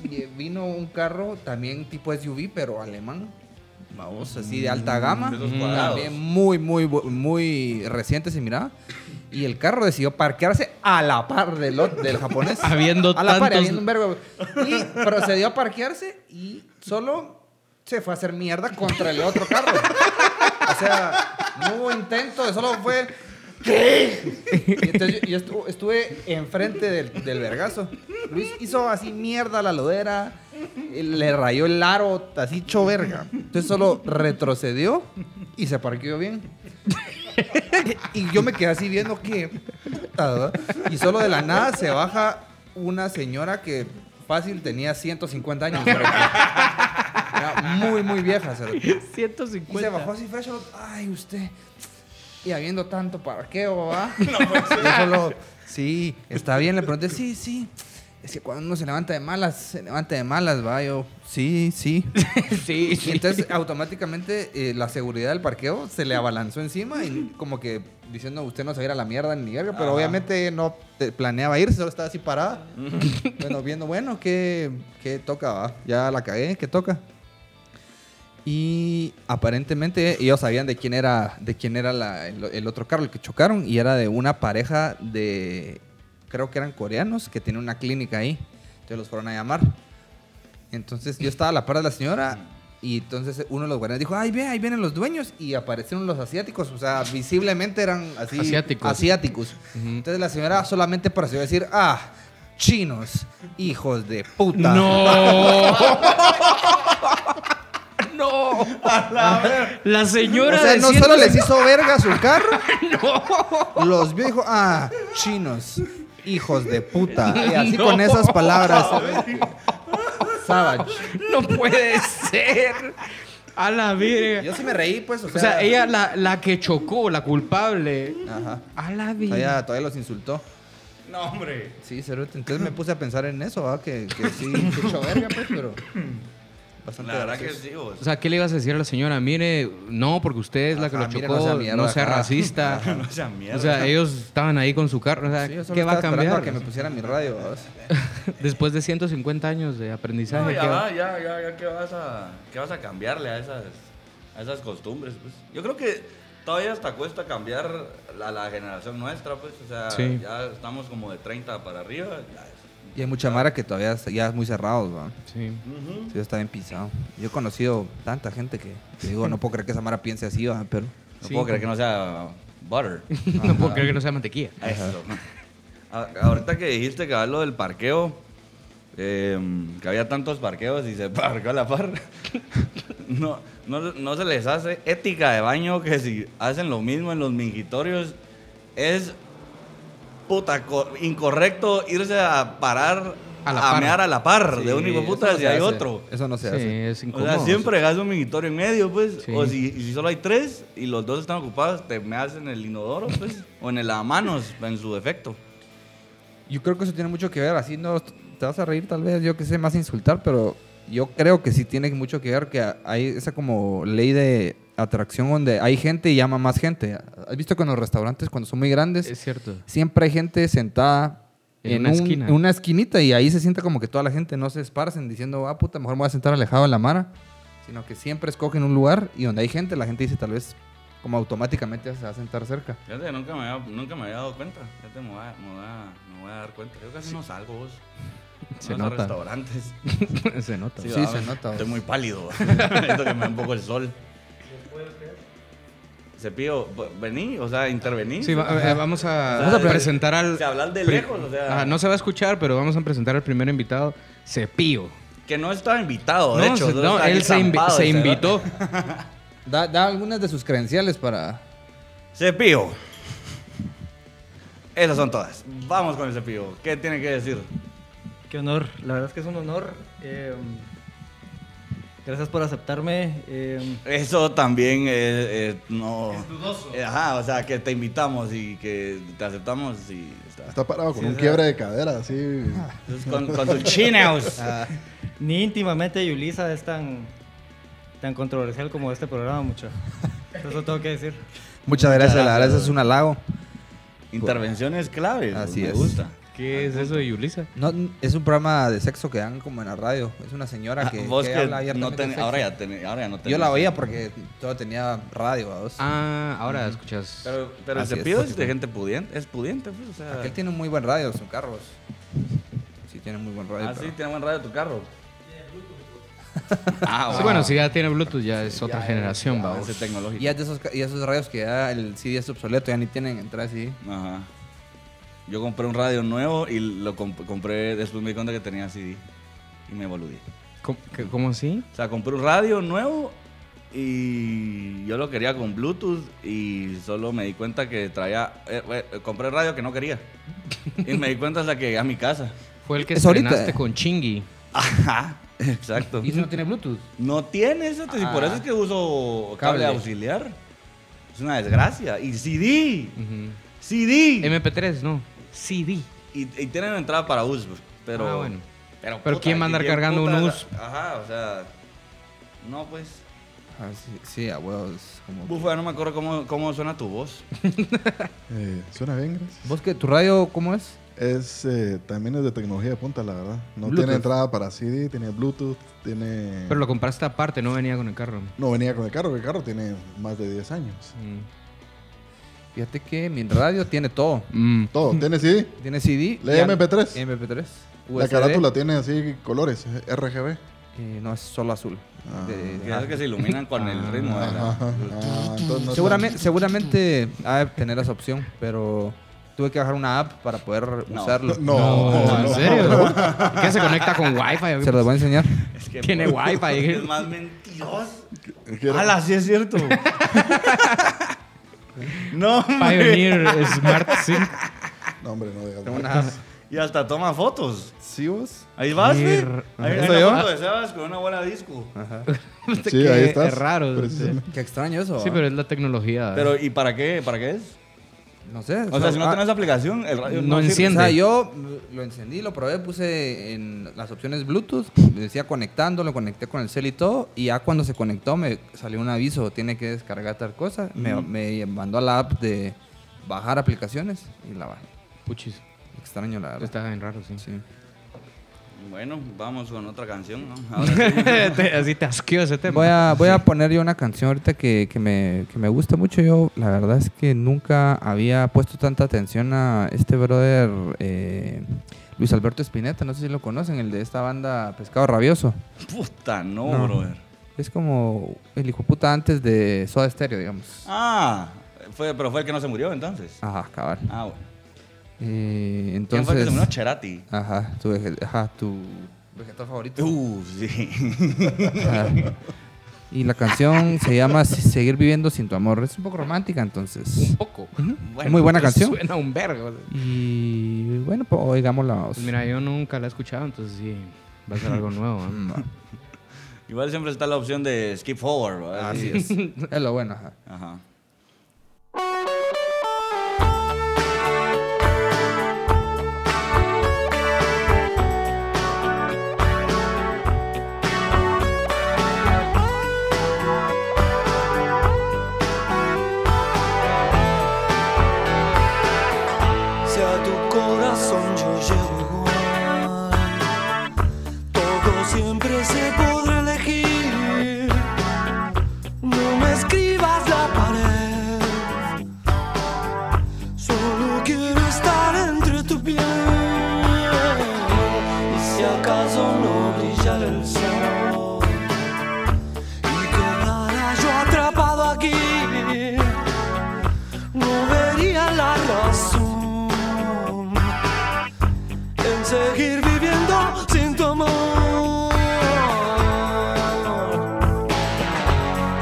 y vino un carro también tipo SUV, pero alemán. Vamos, así de alta gama. Mm, de esos cuadrados. También muy, muy, bu- muy reciente, si miraba. Y el carro decidió parquearse a la par del, ot- del japonés. Habiendo a la par, tantos- habiendo un verbo. Y procedió a parquearse y solo se fue a hacer mierda contra el otro carro. O sea, no hubo intento, solo fue. ¿Qué? Y entonces yo, yo estu- estuve enfrente del, del vergazo. Luis hizo así mierda la lodera, eh, le rayó el aro, así hecho verga. Entonces solo retrocedió y se parqueó bien. Y yo me quedé así viendo que. puta, ¿verdad? ¿eh? Y solo de la nada se baja una señora que fácil tenía 150 años. pero que Era muy, muy vieja. cerote. Y 150. se bajó así fresh. solo, Ay, usted. Y habiendo tanto parqueo, ¿va? Yo solo, sí, está bien. Le pregunté, sí, sí. Es que cuando uno se levanta de malas, se levanta de malas, va. Yo, sí, sí. sí, Y entonces automáticamente eh, la seguridad del parqueo se le abalanzó encima y como que diciendo usted no se va a ir a la mierda ni verga, pero obviamente no te- planeaba irse, solo estaba así parada. bueno, viendo, bueno, ¿qué, qué toca? va? Ya la cagué, ¿qué toca? Y aparentemente ellos sabían de quién era, de quién era la- el, el otro carro, el que chocaron, y era de una pareja de, creo que eran coreanos, que tiene una clínica ahí. Entonces los fueron a llamar. Entonces yo estaba a la par de la señora y entonces uno de los guardianes dijo, ay, ve, ahí vienen los dueños y aparecieron los asiáticos, o sea, visiblemente eran así Asiáticos. asiáticos. Entonces la señora solamente pareció decir, ah, chinos, hijos de puta. No. no. La O señora sea, de no ciento- solo les hizo verga a su carro, los vio y dijo, ah, chinos, hijos de puta. Y así No. con esas palabras. Savage. No puede ser. A la Yo virgen. sí me reí, pues, o sea. O sea, ella, la, la que chocó, la culpable. Ajá. A la virgen. Todavía, todavía los insultó. No, hombre. Sí, cerote. Entonces me puse a pensar en eso, ¿va? Que, que sí, que echó verga, pues, pero... Bastante La verdad que gracioso. sí, vos. O sea, ¿qué le ibas a decir a la señora? Mire, no, porque usted es la que Ajá, lo mire, chocó. no sea no sea, mierda, ajá. racista. No sea mierda. O sea, ellos estaban ahí con su carro. O sea, Sí, yo solo ¿qué va a estaba esperando cambiar? que me pusieran mi radio, ¿va? Después de 150 años de aprendizaje. No, ¿qué ya, va? va, ya, ya, ya, ¿qué vas a, qué vas a cambiarle a esas, a esas costumbres? Pues? Yo creo que todavía hasta cuesta cambiar la, la generación nuestra, pues, o sea, Sí. ya estamos como de 30 para arriba. ya es- Y hay mucha mara que todavía es- ya es muy cerrados, ¿va? Sí. Ujú. Sí, está bien pisado. Yo he conocido tanta gente que, que digo, no puedo creer que esa mara piense así, ¿va? Pero... No Sí. puedo creer que no sea butter. No puedo creer que no sea mantequilla. Eso. A- Ahorita que dijiste que había lo del parqueo, em, que había tantos parqueos y se parqueó a la par, no, no, no se les hace ética de baño que si hacen lo mismo en los mingitorios, es puta co- incorrecto irse a parar A a, la par. mear a la par de un Sí, hijo de puta eso no si se hay hace. otro. Eso no se Sí, hace. es O incómodo. sea, siempre hagas un minitorio en medio, pues. Sí. O si, y si solo hay tres y los dos están ocupados, te me hacen el inodoro, pues. o en el lavamanos, en su defecto. Yo creo que eso tiene mucho que ver, así no te vas a reír tal vez, yo que sé, más insultar, pero yo creo que sí tiene mucho que ver que hay esa como ley de atracción donde hay gente y llama más gente. ¿Has visto que en los restaurantes cuando son muy grandes Es cierto. siempre hay gente sentada En en, una un- esquina. en una esquinita y ahí se sienta como que toda la gente no se esparcen diciendo, ah, puta, mejor me voy a sentar alejado de la mara, sino que siempre escogen un lugar y donde hay gente, la gente dice tal vez como automáticamente se va a sentar cerca. Fíjate, que nunca me había, nunca me había dado cuenta. Fíjate, me voy a, me voy a- me voy a dar cuenta. Yo casi no salgo, vos. No Se vas a nota. restaurantes. Se nota. Sí, va, se nota, Estoy vos. muy pálido. Siento que me da un poco el sol. Cepillo, v- vení, o sea, intervení. Sí, va- eh, vamos a, O sea, presentar al. se hablan de pri- lejos, o sea. Ajá, no se va a escuchar, pero vamos a presentar al primer invitado, Cepillo. Que no estaba invitado, de No, hecho. se- no, estaba él se, invi- zampado, se ese vato. invitó. Da, da algunas de sus credenciales para... Cepillo. Esas son todas. Vamos con el cepillo. ¿Qué tiene que decir? Qué honor, la verdad es que es un honor. Eh, gracias por aceptarme. Eh, Eso también es, es- no. Es dudoso. Ajá, o sea, que te invitamos y que te aceptamos y está. Está parado con Sí, un o sea- quiebre de cadera, así. Entonces, Con, con sus chinos. Ah, ni íntimamente Yulisa es tan, tan controversial como este programa, mucho. Eso tengo que decir. Muchas gracias, la gracias, verdad, eso bro. es un halago. Intervenciones claves. Así me es. gusta. ¿Qué es eso de Yulisa? No, es un programa de sexo que dan como en la radio. Es una señora que, Ah, vos que que habla no abiertamente ten- de sexo. ahora, ya ten- ahora ya no tenés. Yo la oía porque todo tenía radio. ¿vos? Ah, ahora escuchas. Pero, pero el Así es, cepillo es, Spotify. de gente pudiente. Es pudiente, pues. O sea, Aquel tiene un muy buen radio, su carro. vos. Sí, tiene muy buen radio. ah, sí, pero- tiene buen radio tu carro. ah, Sí, bueno, si ya tiene Bluetooth, ya es otra generación, wow. va. Avance tecnológico. Y es de esos, ca- y esos radios que ya el CD es obsoleto, ya ni tienen entrada CD. Ajá. Yo compré un radio nuevo y lo comp- compré. Después me di cuenta que tenía CD. Y me boludí. ¿Cómo, qué- cómo así? O sea, compré un radio nuevo y yo lo quería con Bluetooth y solo me di cuenta que traía... eh, eh, compré el radio que no quería. y me di cuenta hasta que llegué a mi casa. Fue el que Es ahorita. estrenaste con Chingy. Ajá, exacto. eso no tiene Bluetooth? No tiene eso, y por eso es que uso cable, Cable. auxiliar. Es una desgracia. Y CD, CD. MP3, no. CD. y, y tienen entrada para USB, pero... Ah, bueno. Pero, Pero ¿quién va a andar cargando un puta- USB? Ajá, o sea... No, pues... Ah, sí, sí, a huevos. Como... Bufa, no me acuerdo cómo, cómo suena tu voz. Eh, suena bien, gracias. ¿Vos qué? ¿Tu radio cómo es? Es, eh, también es de tecnología de punta, la verdad. No Bluetooth. tiene entrada para CD, tiene Bluetooth, tiene... Pero lo compraste aparte, no venía con el carro. No venía con el carro, el carro tiene más de 10 años. Fíjate que mi radio tiene todo. Mm. Todo, tiene CD. Tiene CD. ¿Le y MP3? MP3. La USB, carátula tiene así colores, eh, RGB. eh, no, es solo azul. Ah. De- Que es que se iluminan con el ritmo de la- Ajá, ah, entonces no Seguramente, seguramente ha de tener esa opción, pero tuve que bajar una app para poder No. usarlo. está- No, ¿en no. serio? ¿Qué se conecta con Wi-Fi? Se los voy a enseñar. Es que Tiene por- wifi. Es más mentiroso. Quiero- ¡Hala, sí es cierto! no, hombre. Pioneer Smart Sync. No, hombre, no digas. Tengo una app. Y hasta toma fotos. ¿Sí vos? Ahí vas, güey. Mir- Ahí ¿Eso está yo? foto de Sebas con una bola de disco. Sí, ahí estás. Es raro. Sí, Precisamente. Qué extraño eso. Sí, ¿ah? pero es la tecnología. Pero, ¿y para qué? ¿Para qué es? No sé. O sea, si no ah, tenés la aplicación, el radio No no, sirve. enciende. O sea, yo mm, lo encendí, lo probé, puse en las opciones Bluetooth, decía conectando, lo conecté con el cel y todo, y ya cuando se conectó me salió un aviso, tiene que descargar tal cosa, me, me mandó a la app de bajar aplicaciones y la bajé. Puchis. Extraño la verdad. Está bien raro, sí. Sí. Bueno, vamos con otra canción, ¿no? Ahora sí. Te- Así te asqueó ese tema. Voy a, voy a poner yo una canción ahorita que, que me, que me gusta mucho. Yo, la verdad es que nunca había puesto tanta atención a este brother eh, Luis Alberto Spinetta. No sé si lo conocen, el de esta banda Pescado Rabioso. Puta, no, No. brother. Es como el hijo puta antes de Soda Stereo, digamos. Ah, fue, pero fue el que no se murió entonces. Ajá, cabal. Ah, bueno. Eh, ¿Quién fue el que entonces. se murió? Cherati. Ajá, tu, vege- ajá, tu vegetal favorito. Uh, sí. Ajá. Y la canción se llama Seguir viviendo sin tu amor. Es un poco romántica, entonces. Un poco. es muy buena canción. Suena un vergo. Y bueno, pues oigámosla. vamos. Pues mira, yo nunca la he escuchado, entonces sí, va a ser algo nuevo. ¿eh? Mm, Igual siempre está la opción de skip forward, ¿verdad? Ah, Así Sí. es. es lo bueno. ajá. Ajá. Si a tu corazón yo llego, todo siempre se podrá elegir. No me escribas la pared, solo quiero estar entre tu piel. Y si acaso no brillara el sol, y quedara yo atrapado aquí no vería la razón en seguir viviendo sin tu amor.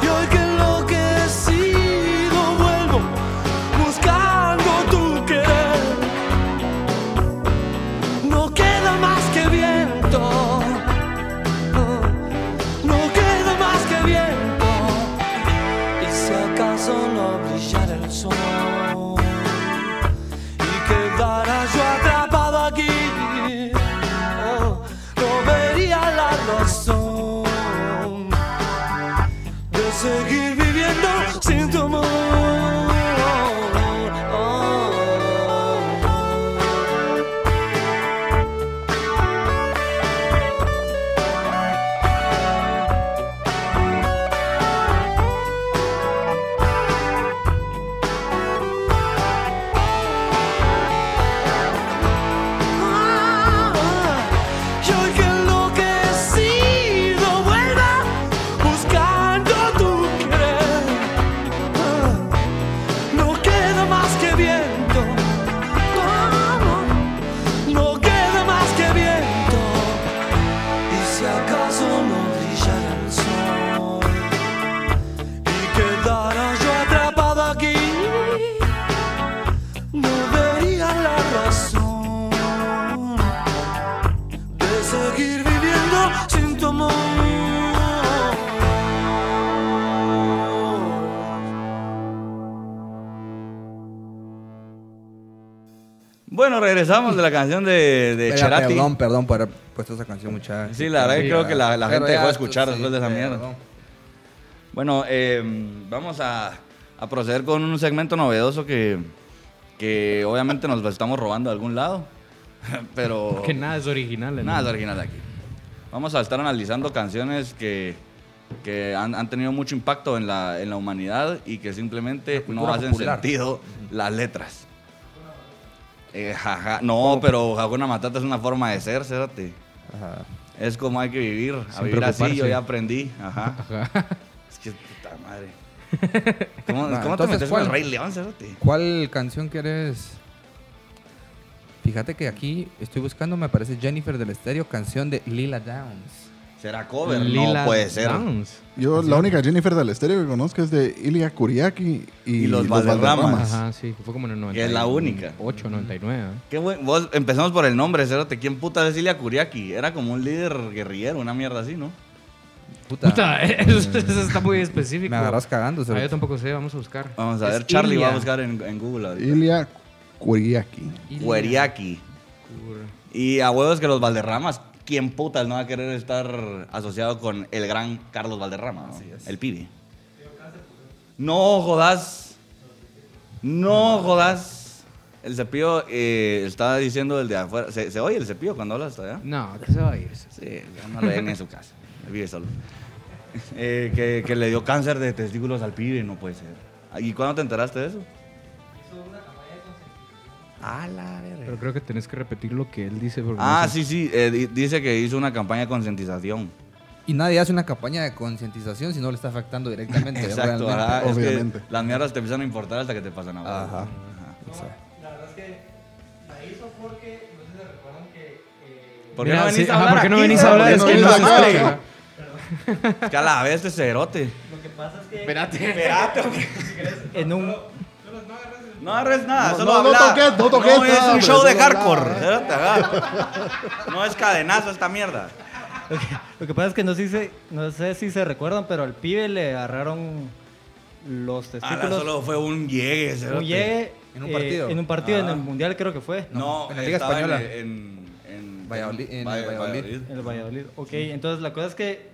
Y hoy que enloquecido vuelvo buscando tu querer, no queda más que viento. No queda más que viento. Y si acaso no brillara el sol Y quedara yo atrapado aquí oh, No vería la razón De seguir viviendo sin tu amor Oh. Bueno, regresamos de la canción de, de Oiga, Cerati. Perdón, perdón por haber puesto esa canción, muchachos. Sí, la verdad que creo que la- la gente dejó de de escuchar después de esa mierda. Bueno, eh, vamos a, a proceder con un segmento novedoso que, que obviamente nos lo estamos robando de algún lado, pero Que nada es original. ¿no? nada es original de aquí. Vamos a estar analizando canciones que, que han, han tenido mucho impacto en la, en la humanidad y que simplemente no cultura hacen popular. sentido las letras. Eh, jaja, no, pero Jacuna Matata es una forma de ser, cérate. Ajá. Es como hay que vivir, a Sin vivir así, yo preocuparse. ya aprendí. Ajá. Es que puta madre. ¿Cómo, Bueno, cómo te entonces, metes ¿cuál? con el Rey León, cerote? ¿Cuál canción quieres? Fíjate que aquí estoy buscando, me aparece Jennifer del Estéreo, canción de Lila Downs. ¿Será cover? Lila no puede ser. Downs. Yo, la única Jennifer del estéreo que conozco es de Ilya Kuriaki y, Y los Valderramas. Ajá, sí, que fue como en el 90. Que es la única. 8, 99. ¿eh? Qué buen- Vos empezamos por el nombre, cerote. ¿Quién puta es Ilya Kuriaki? Era como un líder guerrillero, una mierda así, ¿no? Puta, Puta, eso, eso está muy específico. me agarras cagando. Ah, yo cerote. tampoco sé, vamos a buscar. Vamos a Es ver, Charlie va a Ilia. buscar en, en Google ahorita. Ilya Kuriaki. Kuriaki. Y a huevos que los Valderramas, ¿quién putas no va a querer estar asociado con el gran Carlos Valderrama? no? El pibe. No jodas. No jodas. El cepillo eh, está diciendo el de afuera. ¿Se, se oye el cepillo cuando hablas todavía? No, que se va a ir. Sí, ya no lo ven en su casa. Él Vive solo. Eh, que, que le dio cáncer de testículos al pibe, no puede ser. Ah, ¿Y cuándo te enteraste de eso? A Ah, la verga. Pero creo que tenés que repetir lo que él dice. porque Ah, no sé. sí, sí. eh, di- dice que hizo una campaña de concientización. Y nadie hace una campaña de concientización si no le está afectando directamente. Exacto, Eh, realmente. ajá, es que obviamente. las mierdas te empiezan a importar hasta que te pasan a vos. Ajá. Ajá. Exacto. eh, ¿Por qué Mira, no venís sí, a ajá, hablar ¿por qué no aquí, venís güey? a hablar? ¿Por Es qué que Ah, no no se venís a hablar? escucha. Es que a la vez te cerote. Lo que pasa es que Espérate, ok. en un... No agarres nada, No, solo no, no habla. toques, no toques No es nada, un hombre, show de solo habla, hardcore. ¿eh? cerote, ajá. No es cadenazo esta mierda. Lo que, lo que pasa es que no, sé si se- no sé si se recuerdan, pero al pibe le agarraron los Ala, testículos. solo fue un llegue, cerote. un llegue, En un eh, partido. en un partido, en Ah. el mundial creo que fue. No, en la Liga estaba Española. En, en, en- Valladolid- en Valladolid. En el Valladolid. Ok, entonces la cosa es que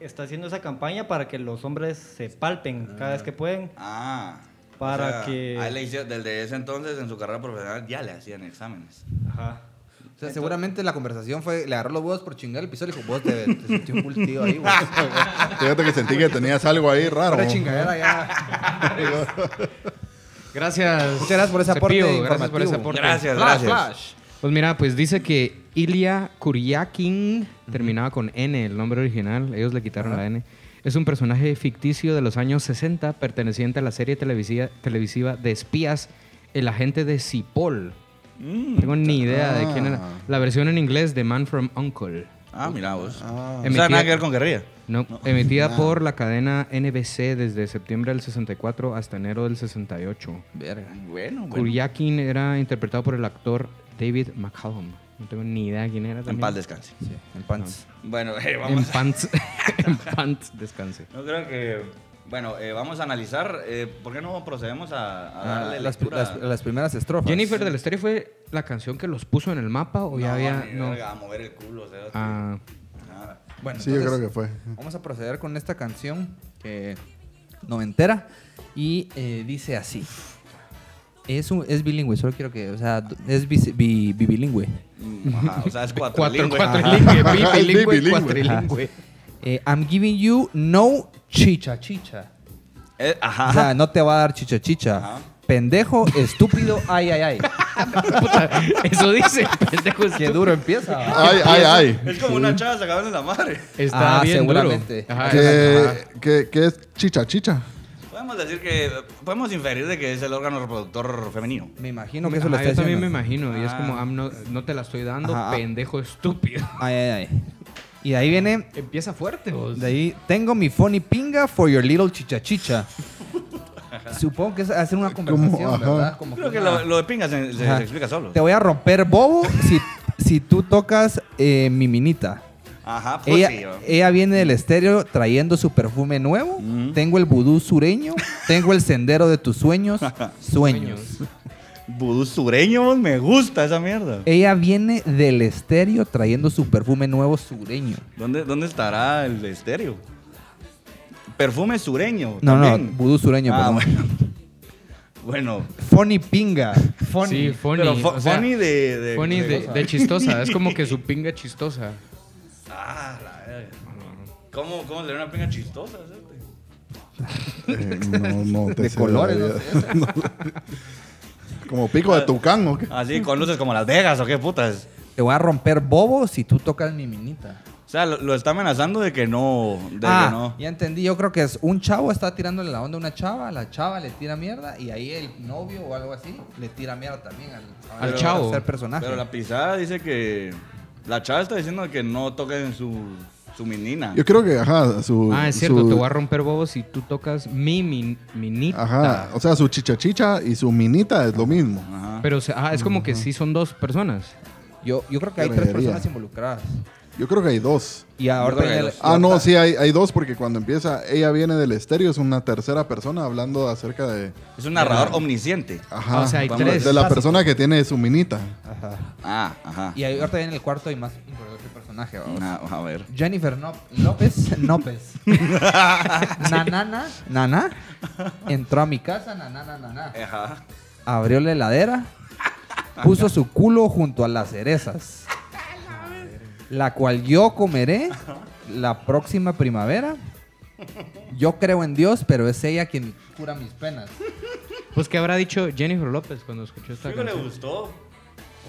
está haciendo esa campaña para que los hombres se palpen cada vez que pueden. Ah. Para que- a él le hicieron- desde ese entonces en su carrera profesional ya le hacían exámenes. Ajá. O sea, seguramente la conversación fue, le agarró los huevos por chingar el piso y le dijo, vos te, te sentí un bultido ahí, güey. Fíjate que sentí que tenías algo ahí raro. Ahora chingadera ya. Gracias. Muchas gracias por ese aporte Cepillo, Gracias por ese informativo. aporte. Gracias, Flash, gracias. flash. Pues mira, pues dice que Ilya Kuryakin terminaba con N, el nombre original. Ellos le quitaron la N. Es un personaje ficticio de los años 60, perteneciente a la serie televisiva, televisiva de espías, El agente de Cipoll. Mm. No tengo ni idea de quién era. La versión en inglés de Man from Uncle. Ah, mira vos. Ah. O sea, nada que ver con guerrilla. No, emitida por la cadena NBC desde septiembre del 64 hasta enero del 68. Verga. Bueno, bueno. Kuryakin era interpretado por el actor David McCallum. No tengo ni idea quién era. En también. paz descanse. Sí, en pants. Bueno, eh, En vamos. pants, en pants descanse. No creo que. Bueno, eh, vamos a analizar. eh, ¿Por qué no procedemos a, a darle Ah, las, pri- lectura? las, las primeras estrofas. Jennifer del Estéreo fue la canción que los puso en el mapa o No, ya había ni no. verga, a mover el culo, o sea, Ah, nada. Bueno, Sí, yo entonces, creo que fue. Vamos a proceder con esta canción que noventera y eh, dice así. Es, un, es bilingüe, solo quiero que, o sea, d- es bis- bi- bibilingüe. Mm, ajá, O sea, es cuatro, Ah, cuatrilingüe. cuatrilingüe, Ajá. bilingüe, Bilingüe. cuatrilingüe. Eh, I'm giving you no chicha chicha. Eh, ajá. O sea, no te va a dar chicha chicha. Ajá. Pendejo, estúpido, ay, ay, ay. Puta, eso dice, pendejo. es Qué tú. duro empieza. Ay, ay, ay. Es como una chava sacándole la madre. Está Ah, bien seguramente. duro. Ajá, ¿Qué, qué, qué es chicha chicha? Podemos decir que. Podemos inferir de que es el órgano reproductor femenino. Me imagino que eso lo Ajá, está Ah, yo también me haciendo. imagino. Y es Ah. como, "Am, no, no te la estoy dando, Ajá. pendejo estúpido. Ay, ay, ay. Y de ahí viene Empieza fuerte, vos. De ahí, tengo mi funny pinga for your little chichachicha. Supongo que es hacer una conversación, Ajá. ¿verdad? Como Creo que una- lo, lo de pingas se, se- Ah. Ajá. se explica solo. Te voy a romper bobo si, si tú tocas eh, mi minita. Ajá, pues sí. Ella, ella viene del estéreo trayendo su perfume nuevo. Mm. Tengo el vudú sureño. tengo el sendero de tus sueños. Sueños. Vudú sureño, me gusta esa mierda. Ella viene del estéreo trayendo su perfume nuevo sureño. ¿Dónde, dónde estará el estéreo? Perfume sureño. No, también. no, vudú sureño, Ah, perdón. bueno. Bueno, Funny pinga. Sí, funny. pero fo- o sea, funny de, de- funny de- de, de chistosa. Es como que su pinga chistosa. Ah, la verga. ¿Cómo, cómo le da una pinga chistosa? cerote? Eh, no, no te De sé colores, la vida. Como pico Ah. de tucán, ¿o qué? Así, Ah, con luces como Las Vegas o qué putas. Te voy a romper bobo si tú tocas mi minita. O sea, lo, lo está amenazando de que no. De que no. ya entendí. Yo creo que es un chavo está tirándole la onda a una chava, la chava le tira mierda y ahí el novio o algo así le tira mierda también al, Al chavo. tercer personaje. Pero la pisada dice que. La chava está diciendo que no toquen su, su menina. Yo creo que, ajá, su. Ah, es cierto. su- Te voy a romper bobos si tú tocas mi, min- minita. Ajá, o sea, su chicha chicha y su minita es lo mismo. Ajá. Pero o sea, ajá, es como que sí son dos personas. Yo, yo creo que hay Qué tres verguería. personas involucradas. Yo creo que hay dos. Y ahora creo que viene hay el- dos. Ah, no, sí, hay, hay dos porque cuando empieza, ella viene del estéreo, es una tercera persona hablando acerca de... Es un narrador omnisciente. Ajá, O sea, hay de tres. la persona que tiene su minita. Ajá. Ah, ajá. Y ahí ahorita viene el cuarto y más importante personaje. vamos. Ah, a ver. Jennifer Nop- López. López. Nanana. Nana. Entró a mi casa. Nanana. Nana. Ajá. Abrió la heladera. Puso su culo junto a las cerezas. La cual yo comeré la próxima primavera. Yo creo en Dios, pero es ella quien cura mis penas. Pues, ¿qué habrá dicho Jennifer López cuando escuchó esta Creo que le canción? gustó.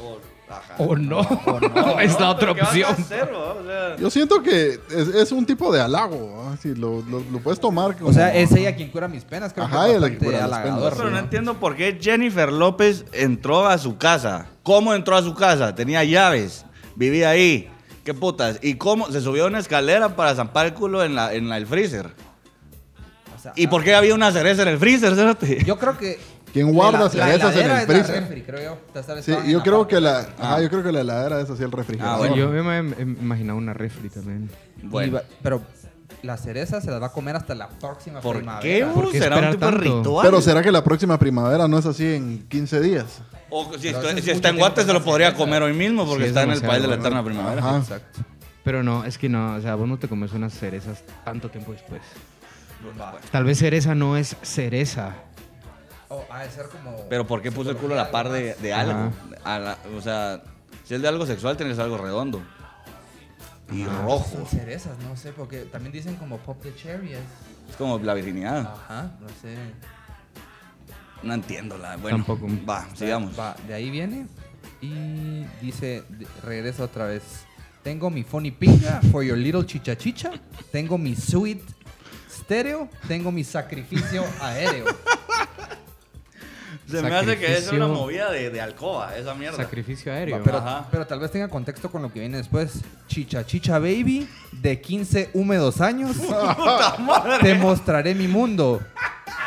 O- ajá. O no. es la No, otra pero ¿qué vas a opción. hacer, va? O sea, Yo siento que es, es un tipo de halago, ¿ah? Sí, lo, lo- lo puedes tomar como... O sea, es ella quien cura mis penas. Creo Ajá, que es ella la que bastante cura las penas. halagador, Pero ¿no? no entiendo por qué Jennifer López entró a su casa. ¿Cómo entró a su casa? Tenía llaves, vivía ahí. ¿Qué putas? ¿Y cómo? Se subió a una escalera para zampar el culo en, la, en la- el freezer. O sea, ah, ¿Y por qué había una cereza en el freezer? cerote? Yo creo que. ¿Quién guarda la- cerezas la en el heladera es la freezer? refri, creo yo. Tal vez Sí, estaban en yo creo parte que la... de- ajá, yo creo que la heladera es así el refrigerador. Ah, bueno. Yo me he imaginado una refri también. y Bueno, va- pero la cereza se las va a comer hasta la próxima ¿por qué? primavera. ¿Por qué ¿Será un esperar tipo de tanto? ritual? Pero ¿será que la próxima primavera no es así en 15 días? O si, Pero esto- hace si mucho está en tiempo Guate que se lo no podría se comer hoy mismo porque Sí, es está en el demasiado país de la bueno. eterna primavera. Ajá. Exacto. Pero no, es que no, o sea, vos no te comes unas cerezas tanto tiempo después. Tal vez cereza no es cereza. O ha de ser como. Pero ¿por qué puso el culo a la par de, de Ajá. algo? A la- o sea, si es de algo sexual, tienes algo redondo. Y rojo. Son cerezas, no sé, porque también dicen como pop the cherry. es- Es como la virginidad. Ajá, no sé. No entiendo la. Bueno, Tampoco. Va, sigamos. Va, de ahí viene y dice, de- regresa otra vez. Tengo mi funny pinga for your little chicha chicha. Tengo mi sweet stereo. Tengo mi sacrificio aéreo. Se me hace que es Sacrificio- una movida de, de alcoba, esa mierda. Sacrificio aéreo. Pero, Ajá. pero tal vez tenga contexto con lo que viene después. Chicha, chicha baby, de 15 húmedos años, ¡Puta madre! te mostraré mi mundo.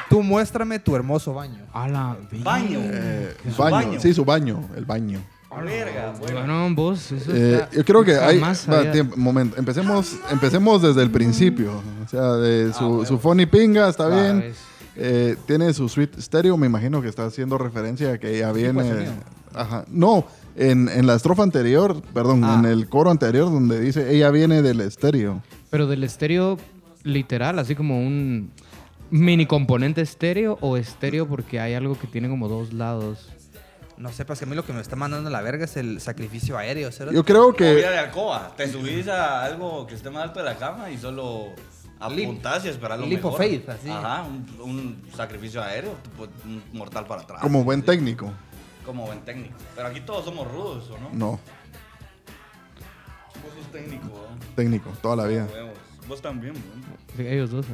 Tú muéstrame tu hermoso baño. A la Baño. Eh, Su baño, baño. sí, su baño, el baño. Verga, bueno. Bueno, vos, eso Eh, está- yo creo que hay... jamás va, había- tiempo, momento, empecemos, empecemos desde el principio. O sea, de su, su funny pinga está Ah, bien. ves. Eh, tiene su suite stereo, me imagino que está haciendo referencia a que ya viene... sonido? Ajá. No, en, en la estrofa anterior, perdón, Ah. en el coro anterior donde dice ella viene del estéreo. Pero del estéreo literal, así como un mini componente estéreo o estéreo porque hay algo que tiene como dos lados. No sé, pues que a mí lo que me está mandando la verga es el sacrificio aéreo. ¿cierto? Yo creo Movida que de alcoba. Te subís a algo que esté más alto de la cama y solo apuntás y esperás lo Leap mejor. of faith, así. Ajá, un, un sacrificio aéreo, tipo, un mortal para atrás. como buen técnico, Como buen técnico. Pero aquí todos somos rudos, ¿o no? no, Vos sos técnico, ¿no? técnico, toda la vida. Huevos. Vos también, ¿no? Ellos dos. ¿eh?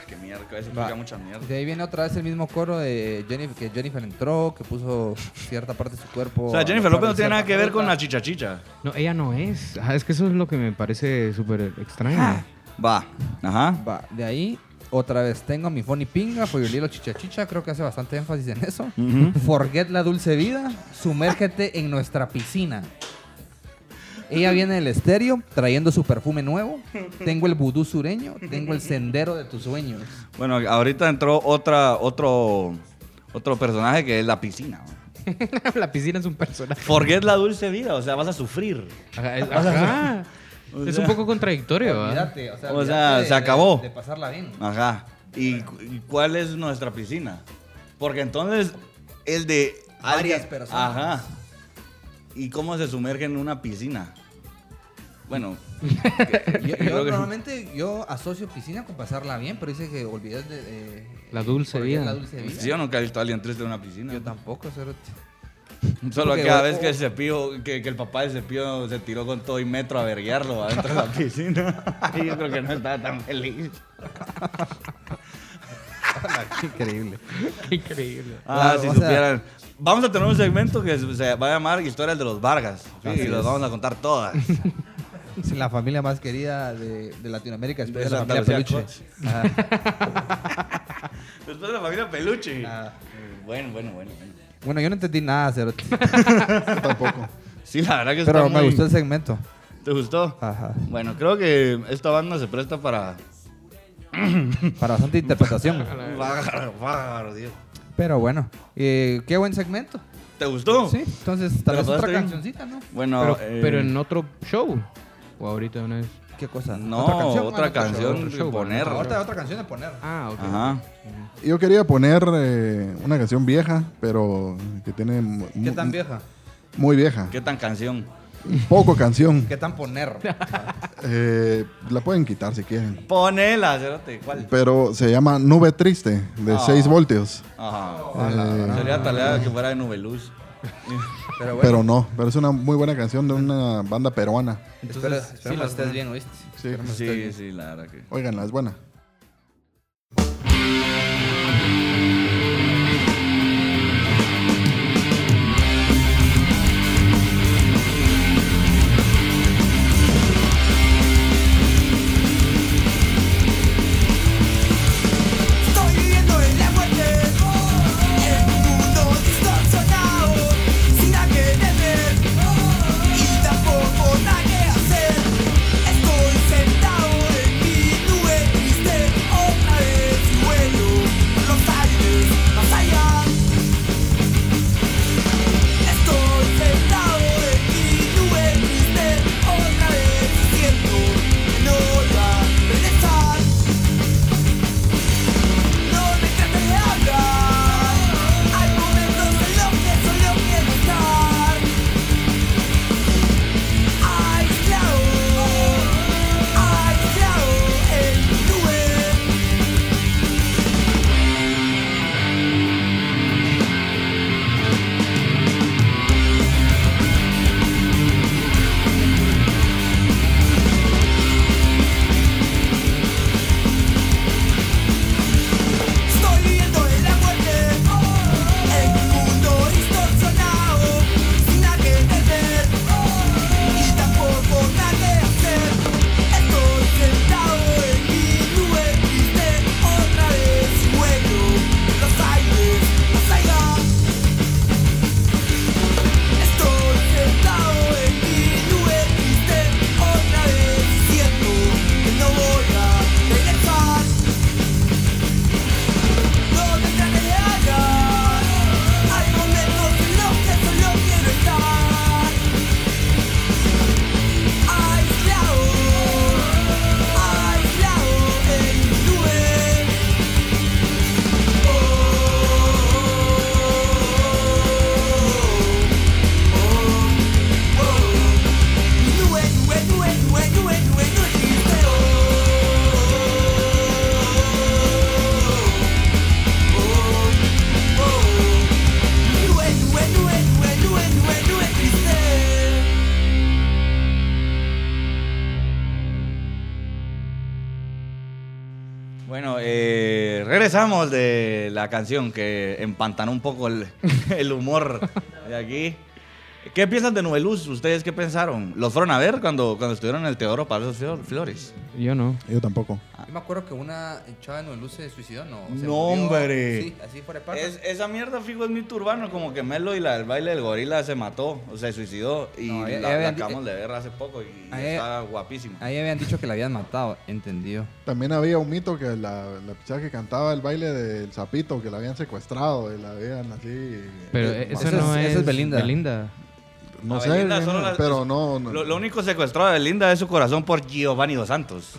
Ay, Qué mierda, eso Va. explica mucha mierda. De ahí viene otra vez el mismo coro de Jennifer, que Jennifer entró, que puso cierta parte de su cuerpo. O sea, Jennifer a la par López no de tiene nada cierta que ver con fruta. la chichachicha. No, ella no es. Ah. Ajá, Ah, es que eso es lo que me parece súper extraño. Va. Ajá. Va, de ahí, otra vez, tengo mi funny pinga, Foyolilo chicha chicha, creo que hace bastante énfasis en eso. Forget la dulce vida, sumérgete en nuestra piscina. Ella viene del estéreo trayendo su perfume nuevo. Tengo el vudú sureño, tengo el sendero de tus sueños. Bueno, ahorita entró otra, otro, otro personaje que es la piscina. ¿no? la piscina es un personaje. Ah, Forget la dulce vida, o sea, vas a sufrir. Ajá, es, ajá. O Es sea- un poco contradictorio, ¿verdad? Olvídate, O olvídate sea, se acabó. Ah, De, pasarla bien. Ajá. ¿Y, cu- y cuál es nuestra piscina? Porque entonces el de... Varias alta- personas. Ajá. ¿Y cómo se sumerge en una piscina? Bueno, Yo, Creo que- normalmente yo asocio piscina con pasarla bien, pero dice que olvidas de, de- La dulce olvidas vida. La dulce vida. yo nunca he visto a alguien triste en una piscina. Yo tampoco, cerote. Solo Porque cada o- vez que o- el cepillo, que, que el papá del cepillo se tiró con todo y metro a verguearlo adentro de la piscina. Y yo creo que no estaba tan feliz. Increíble. Increíble. Ah, Claro, si o sea- supieran. Vamos a tener un segmento que se va a llamar Historias de los Vargas. Sí, Así y los es. vamos a contar todas. Es la familia más querida de, de Latinoamérica De después de, la Santa familia Peluche. Lucía Ajá. Después de la familia Peluche. Ah. Bueno, bueno, bueno. bueno. Bueno, yo no entendí nada, cerote, Tampoco. Sí, la verdad que está pero me muy- gustó Ah. el segmento. ¿Te gustó? Ajá. Bueno, creo que esta banda se presta para... Para bastante interpretación. Bárbaro, bárbaro, Dios. Pero bueno, eh, qué buen segmento. ¿Te gustó? Sí, entonces tal Oh. Pero vez otra pasaste bien. cancioncita, ¿no? Bueno, Pero, eh, pero en otro show. O ahorita de una vez. ¿Qué cosa? No, otra show? canción otro que show, poner. otro Ahorita otra canción de poner. Ah, ok. Ajá. Yo quería poner eh, una canción vieja, pero que tiene. mu- ¿Qué tan vieja? Muy vieja. ¿Qué tan canción? Poco canción. ¿Qué tan poner? Eh, la pueden quitar si quieren. Ponela, cerote, ¿cuál? Pero se llama Nube Triste, de Ah. 6 voltios. Ajá. Eh, Sería tarea que fuera de Nubeluz. Pero bueno, pero no, pero es una muy buena canción de una banda peruana. espero, Entonces, espero que estés bien, ¿oíste? Sí. Esperemos que estés Sí, bien. sí, la verdad que. Óiganla, es buena. Estoy viviendo en la muerte En un mundo distorsionado Sin a qué temer Y tampoco nada que hacer Estoy sentado en mi nube triste Otra vez vuelo por los aires más allá Estoy sentado en mi nube triste Otra vez siento que no va a regresar no me trates de hablar Hay momentos en los que solo quiero estar Aislado Aislado en mi nube Estoy viviendo en la muerte En un mundo distorsionado Sin nada que entender Y tampoco nada que hacer Estoy sentado en mi nube triste Otra vez vuelo Los aires más allá Estoy sentado en mi nube triste Otra vez siento que no voy a regresar no te trates de hallar Hay momentos en los que solo quiero estar Aislado Aislado en mi nube Oh, oh, oh, oh. Nube, nube, nube, nube, nube, nube, nube triste. Oh, oh. Bueno, eh, regresamos de la canción que empantanó un poco el, el humor de aquí. ¿Qué piensan de Noveluz? ¿Ustedes qué pensaron? ¿Los fueron a ver cuando, cuando estuvieron en el Teodoro Palacio Flor- Flores? Yo no. Yo tampoco. Yo me acuerdo que una chava en Luz se suicidó, ¿no? Se ¡No, murió. hombre! Sí, así fuera de papas. Es- esa mierda, fijo, es mito urbano. Como que Melo y la del baile del gorila se mató, o se suicidó. Y No, la, eh, ella- la ella había- acabamos de ver hace poco y Ah, ella- está guapísima. Ahí habían dicho que la habían matado, entendido. Ah, También había un mito que la, la pichada que cantaba el baile del sapito, que la habían secuestrado y la habían así. Pero eh, eso esa no es- es, esa es Belinda. no A sé, Belinda bien, solo la- pero no. no- Lo, lo único secuestrado de Belinda es su corazón por Giovanni Dos Santos.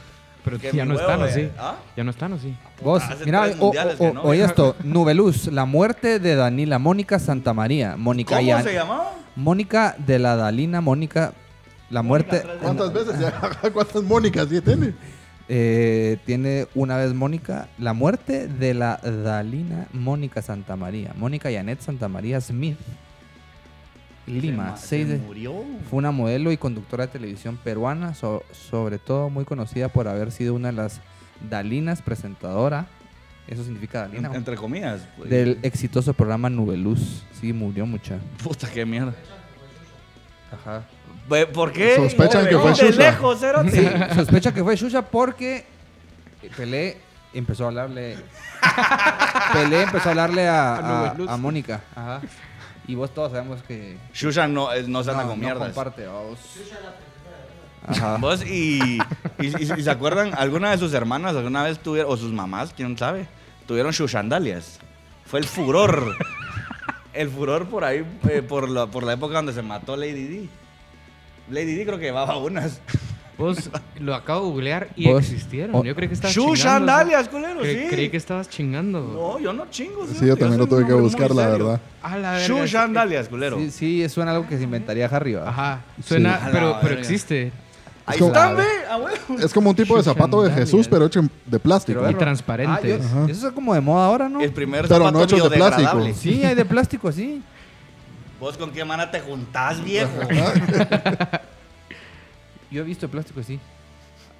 Pero Que ya mi no huevo, están eh. así. ¿Ah? Ya no están así. Vos, Hace mira, tres o- mundiales o- que no. oye esto, Nubeluz, la muerte de Danila Mónica Santa María, Mónica ¿Cómo Yan- se llamaba? Mónica de la Dalina, Mónica, la muerte ¿Cuántas veces? ya? ¿Cuántas Mónicas ya tiene? eh, tiene una vez Mónica, la muerte de la Dalina Mónica Santa María, Mónica Janet Santa María Smith, Lima, Se ma- 6 se de... murió. Fue una modelo y conductora de televisión peruana, so- sobre todo muy conocida por haber sido una de las Dalinas presentadora. Eso significa Dalina. En- Entre comillas. pues. Del exitoso programa Nubeluz. Sí, murió mucha. Puta, qué mierda. Ajá. Ve, ¿Por qué? Sospechan que fue De Xuxa. lejos, cerote. Sí, sospecha que fue Xuxa porque Pelé empezó a hablarle. Pelé empezó a hablarle a, a- a Mónica. Ajá. Y vos todos sabemos que. Xuxa no, eh, no se anda no, con no mierdas. comparte, vamos. Ajá. Vos y, y, y- y se acuerdan, alguna de sus hermanas alguna vez tuvieron, o sus mamás, quién sabe, tuvieron Shushandalias. Fue el furor. El furor por ahí, eh, por, la, por la época donde se mató Lady D. Lady D creo que llevaba unas. Vos lo acabo de googlear y Vos- existieron. oh. yo creí que estabas chingando. Shushandalias, culero, Cre- sí. Creí que estabas chingando. No, yo no chingo. Sí, yo también lo tuve que buscar, la verdad. A la verga. Shushandalias, culero. Sí, sí, suena algo que se inventaría Harry. ¿va? Ajá. Suena, A la pero, pero verga. existe. Ahí Es como- están, ve, ah, a huevo. Es como un tipo de zapato de Sandalias. Jesús, pero hecho en- de plástico. Quiero verlo. transparente. Ah, yo- eso es como de moda ahora, ¿no? El primer Pero zapato no hechos de plástico. biodegradable. Sí, hay de plástico, sí. ¿Vos con qué mana te juntás, viejo? Yo he visto de plástico, sí.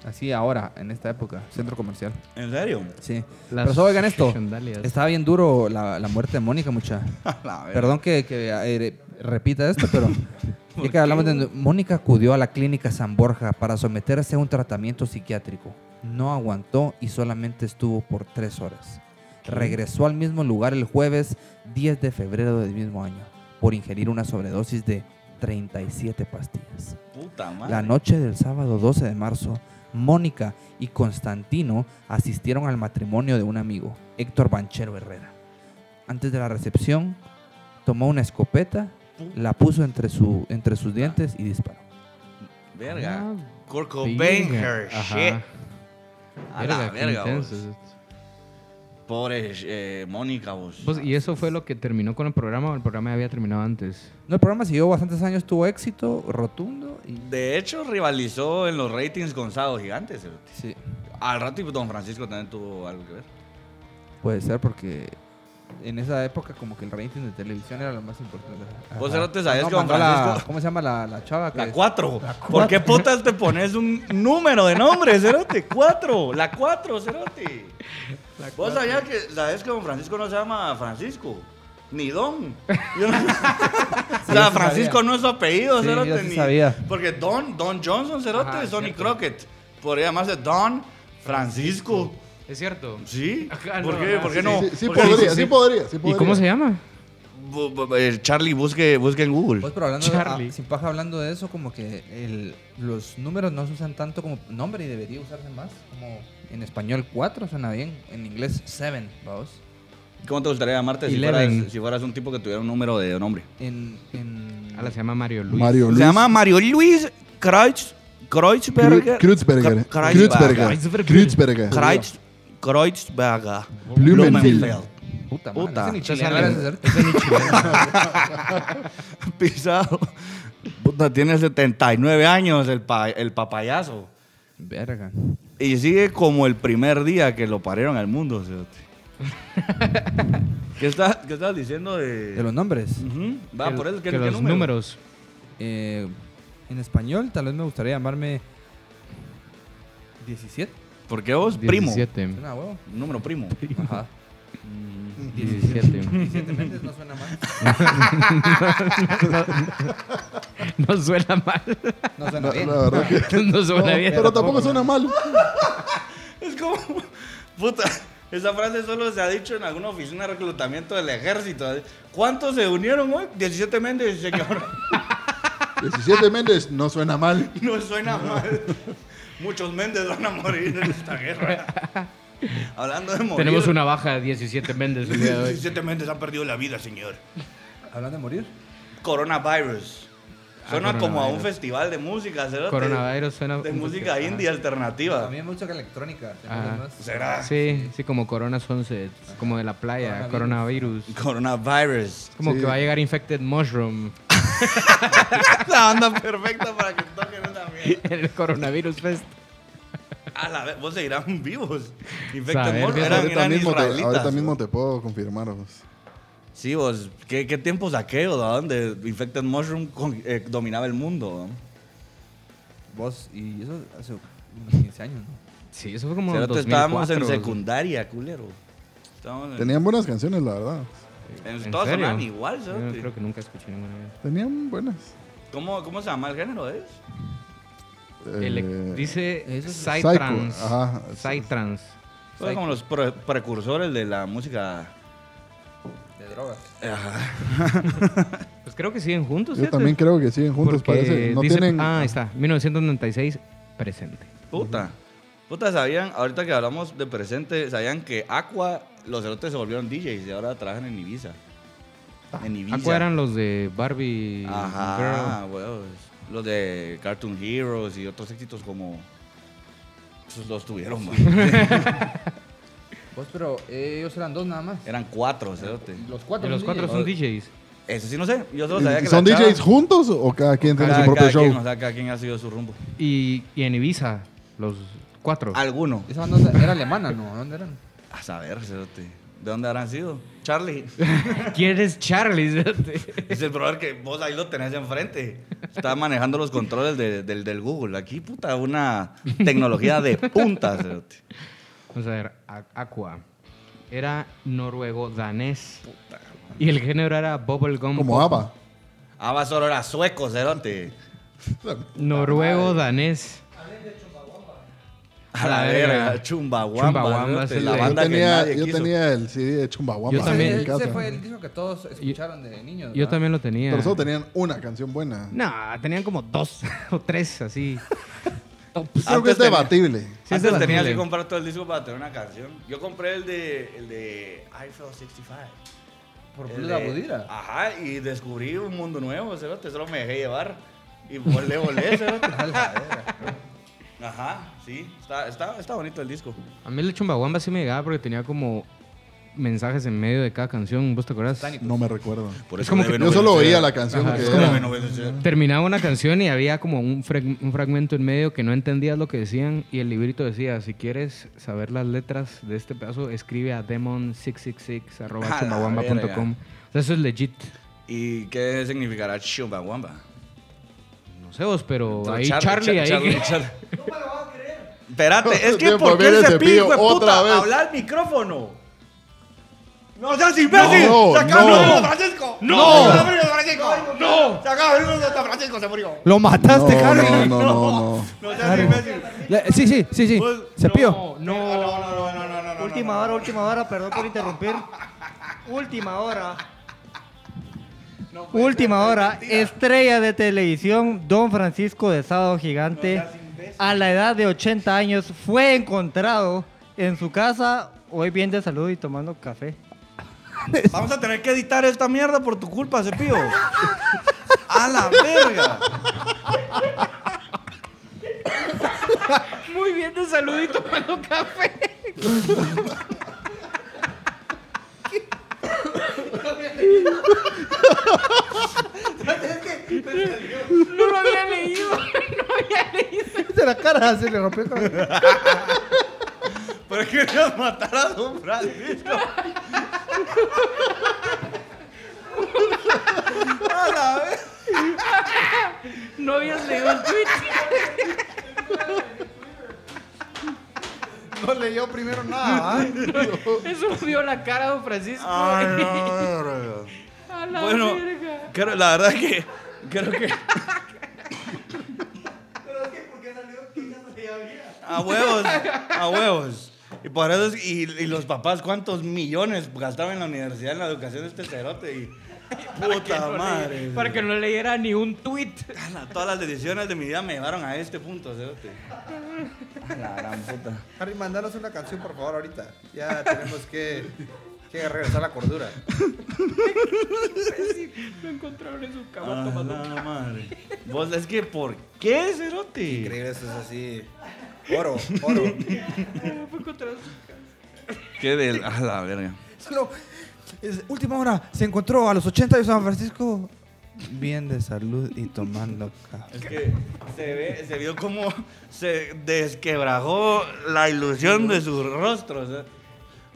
Así ahora, en esta época, centro comercial. ¿En serio? Sí. Las Pero solo oigan esto. sandalias. Estaba bien duro la, la muerte de Mónica, mucha. La verga. Perdón que, que, eh, repita esto, pero. ya que hablamos de. Mónica acudió a la clínica San Borja para someterse a un tratamiento psiquiátrico. No aguantó y solamente estuvo por tres horas. Regresó al mismo lugar el jueves 10 de febrero del mismo año por ingerir una sobredosis de 37 pastillas. Puta madre. La noche del sábado 12 de marzo, Mónica y Constantino asistieron al matrimonio de un amigo, Héctor Banchero Herrera. Antes de la recepción, tomó una escopeta, la puso entre, su, entre sus dientes y disparó. Verga. Ah, Kurt Cobain, her Ajá. shit. A la Verga, qué verga, intenso vos. es esto. Pobre eh, Mónica, vos. Pues, y eso fue lo que terminó con el programa, o el programa ya había terminado antes. No, el programa siguió bastantes años, tuvo éxito rotundo y... De hecho, rivalizó en los ratings con Sado Gigantes. eh. Sí, Al rato, y Don Francisco también tuvo algo que ver. puede ser porque en esa época como que el rating de televisión era lo más importante. Vos, Ajá. Cerote, sabés que don mandó la- Francisco- ¿Cómo se llama la, la chava? que La es- 4. ¿Por qué putas te pones un número de nombre, Cerote? 4. La 4, Cerote. Vos sabías que, sabes que don Francisco no se llama Francisco. Ni Don. Yo no- o sea, sí Francisco sabía. no es su apellido, Sí, yo Cerote. sí ni- sabía. Porque Don, Don Johnson, Cerote, Ajá, es Sonny cierto. Crockett. Podría llamarse Don Francisco. Es cierto. ¿Sí? Ajá, ¿Por no, qué, no, ¿por sí, qué no? Sí, sí Porque podría, dice- sí podría, sí ¿Y podría. cómo se llama? Bu- bu- eh, Charlie, busque, busque en Google. Pues, pero hablando de- Charlie. ah, sin paja hablando de eso, como que el- los números no se usan tanto como nombre y debería usarse más. Como en español 4 suena bien, en inglés 7, vamos. ¿Cómo te gustaría llamarte si Eleven. fueras, si fueras un tipo que tuviera un número de nombre? En, en- Ahora Ah, se llama Mario Luis. Mario Luis. Se llama Mario Luis Kreutz, Kreuzberger. Kru- Kreuzberger. Kra- Kreuzberger. Kreuzberger. Kreuzberger. Kreutz, Kreuzberger. Blumenfield. puta, puta. madre, Ese ese ni chileno es era alguien. ese ser. Pisado. Puta, tiene 79 años el, pa- el papayazo. Verga. Y sigue como el primer día que lo parieron al mundo. cerote. ¿Qué estás qué estabas diciendo de...? De los nombres. Ujú, Va, Que- por eso, ¿qué, que qué los número? números. Eh, en español tal vez me gustaría llamarme 17. ¿Por qué vos? Primo. 17. Suena a huevo. Número primo. Ajá. 17. 17 meses no suena mal. No suena mal. No suena La, bien. la verdad que. No suena No, bien. pero tampoco suena mal. Es como. Puta. Esa frase solo se ha dicho en alguna oficina de reclutamiento del ejército. ¿Cuántos se unieron hoy? 17 Méndez, señor. 17 Méndez no suena mal. No suena mal. Muchos Méndez van a morir en esta guerra. Hablando de morir. Tenemos una baja de 17 Méndez el día de hoy. 17 Méndez han perdido la vida, señor. Hablando de morir. Coronavirus. Ah, Suena como a un coronavirus. festival de música. ¿cierto? Coronavirus suena De un música festival. indie alternativa. También mucho que electrónica. te Ajá. meten más. ¿Será? Sí, sí, como Corona Sunset, como de la playa, coronavirus. Coronavirus. Como que va a llegar Infected Mushroom, Ah, La banda perfecta para que toquen esa mierda. el Coronavirus Fest. A la vez, vos seguirán vivos. Saber, Infected viejo, eran, ahorita, eran mismo te, israelitas. ahorita mismo te puedo confirmar. vos. Sí, vos, ¿qué, qué tiempos aquellos ¿da? donde Infected Mushroom con- eh, dominaba el mundo? ¿no? Vos, y eso hace unos 15 años, ¿no? Sí, eso fue como Cerote, 2004. estábamos en secundaria, culero. Estábamos en- Tenían buenas canciones, la verdad. en- ¿En todas serio? sonaban igual, Yo cerote. creo que nunca escuché ninguna vez. Tenían buenas. ¿Cómo, ¿Cómo se llama el género? ¿Es? Ele- Eh, dice eso es- Psytrance. Psycho, ajá. Psytrance. Son como los pre- precursores de la música. De drogas. Pues creo que siguen juntos, yo también creo que siguen juntos, Porque parece. No dice- tienen. Ah, ahí está. 1996, presente. Puta. Puta, sabían, ahorita que hablamos de presente, sabían que Aqua, los cerotes se volvieron DJs y ahora trabajan en Ibiza. En Ibiza. Ah, Aqua eran los de Barbie Ajá, huevos. Los de Cartoon Heroes y otros éxitos como. Esos los tuvieron, man. Vos, pero eh, ellos eran dos nada más. Eran cuatro, cerote. Girl. Los cuatro. Y los cuatro DJs. son DJs. Eso sí, no sé. Yo solo sabía ¿Y que. ¿Son la DJs chava- juntos o cada quien tiene Cada, su propio cada show? quien, o sea, cada quien ha sido su rumbo. Y, y en Ibiza, los cuatro. Alguno. Esa banda era alemana, ¿no? ¿De ¿Dónde eran? A saber, cerote. ¿De dónde habrán sido? Charlie. ¿Quién es Charlie? Es el problema que vos ahí lo tenés enfrente. Está manejando los controles de- del, del Google. Aquí, puta, una tecnología de punta, cerote. Vamos a ver, A- Aqua. Era noruego-danés. Y el género era bubblegum. Como pop. ABBA. Ava Ah, solo era sueco, cerote. Noruego-danés. A la verga, Chumbawamba. Chumbawamba, cerote, sí, la sí. banda yo tenía, que nadie yo quiso. tenía el CD de Chumbawamba Yo también. en mi Ese, ese casa. fue el disco que todos escucharon de niños. Yo ¿verdad? también lo tenía. Pero solo tenían una canción buena. No, tenían como dos o tres así. Tops. Creo que Antes es debatible. Sí, es Antes tenía debatible. que comprar todo el disco para tener una canción. Yo compré el de, el de I Fell 65. Por El Blue La de- Budira. Ajá, y descubrí un mundo nuevo, cerote. Solo me dejé llevar. Y volé, volé, cerote. Ajá, sí. Está, está, está bonito el disco. A mí el Chumbawamba sí me llegaba porque tenía como mensajes en medio de cada canción. ¿Vos te acuerdas? No me recuerdo. Por Es como que Yo solo oía la canción Ajá, que es era. como- Terminaba una canción y había como un, frag- un fragmento en medio que no entendías lo que decían y el librito decía, si quieres saber las letras de este pedazo, escribe a A la demon666.chumbawamba.com. verga. O sea, eso es legit. ¿Y qué significará Chumbawamba? No sé vos, pero Entonces, ahí Char- Charlie, Char- ahí... Charlie, que- Charlie. Espérate, es que Tiempo, ¿por qué viene el el cepillo cepillo, güey, otra puta? vez. Habla al micrófono. ¡No seas imbécil! No, ¡Se acaba no. de morir Francisco! No. ¡Se acaba de morir Francisco! ¡No! ¡Se acaba de morir Don Francisco! ¡Se murió! ¡Lo No, mataste, no, no, no, no. ¡No seas imbécil! Sí, sí, sí, sí. Pues, Cepillo. No, no, no, no, no, no, no. Última hora, última hora, perdón por interrumpir. Última hora. pues, última hora. Estrella de televisión, don Francisco de Sábado Gigante, a la edad de 80 años, fue encontrado en su casa, hoy bien de salud y tomando café. Vamos a tener que editar esta mierda por tu culpa, cepillo. ¡A la verga! Muy bien de salud y tomando café. no lo había leído. De la cara se le rompió. con- ¿Pero querías matar a Don Francisco? ¡A la verga! No habías leído el tweet. no leyó primero nada, ¿ah? Eso vio la cara de don Francisco. Ay, no, bro. A la Bueno, verga. creo- la verdad que creo que a huevos, a huevos. Y por eso es- y, y los papás cuántos millones gastaban en la universidad en la educación de este cerote y puta madre. Para que no leyera ni un tweet. Ala, Todas las decisiones de mi vida me llevaron a este punto, cerote. A la gran puta. Harry, mandanos una canción, por favor, ahorita. Ya tenemos que, que regresar la cordura. Lo encontraron en su cama A tomando. la Ah, madre. Vos es que ¿por qué, cerote? Increíble, eso es así. Oro, oro. Fue encontrado en su Qué del a la verga. Solo, es- última hora, se encontró a los 80 de San Francisco. Bien de salud y tomando café. Es que se, ve, se vio como se desquebrajó la ilusión de sus rostros. ¿eh?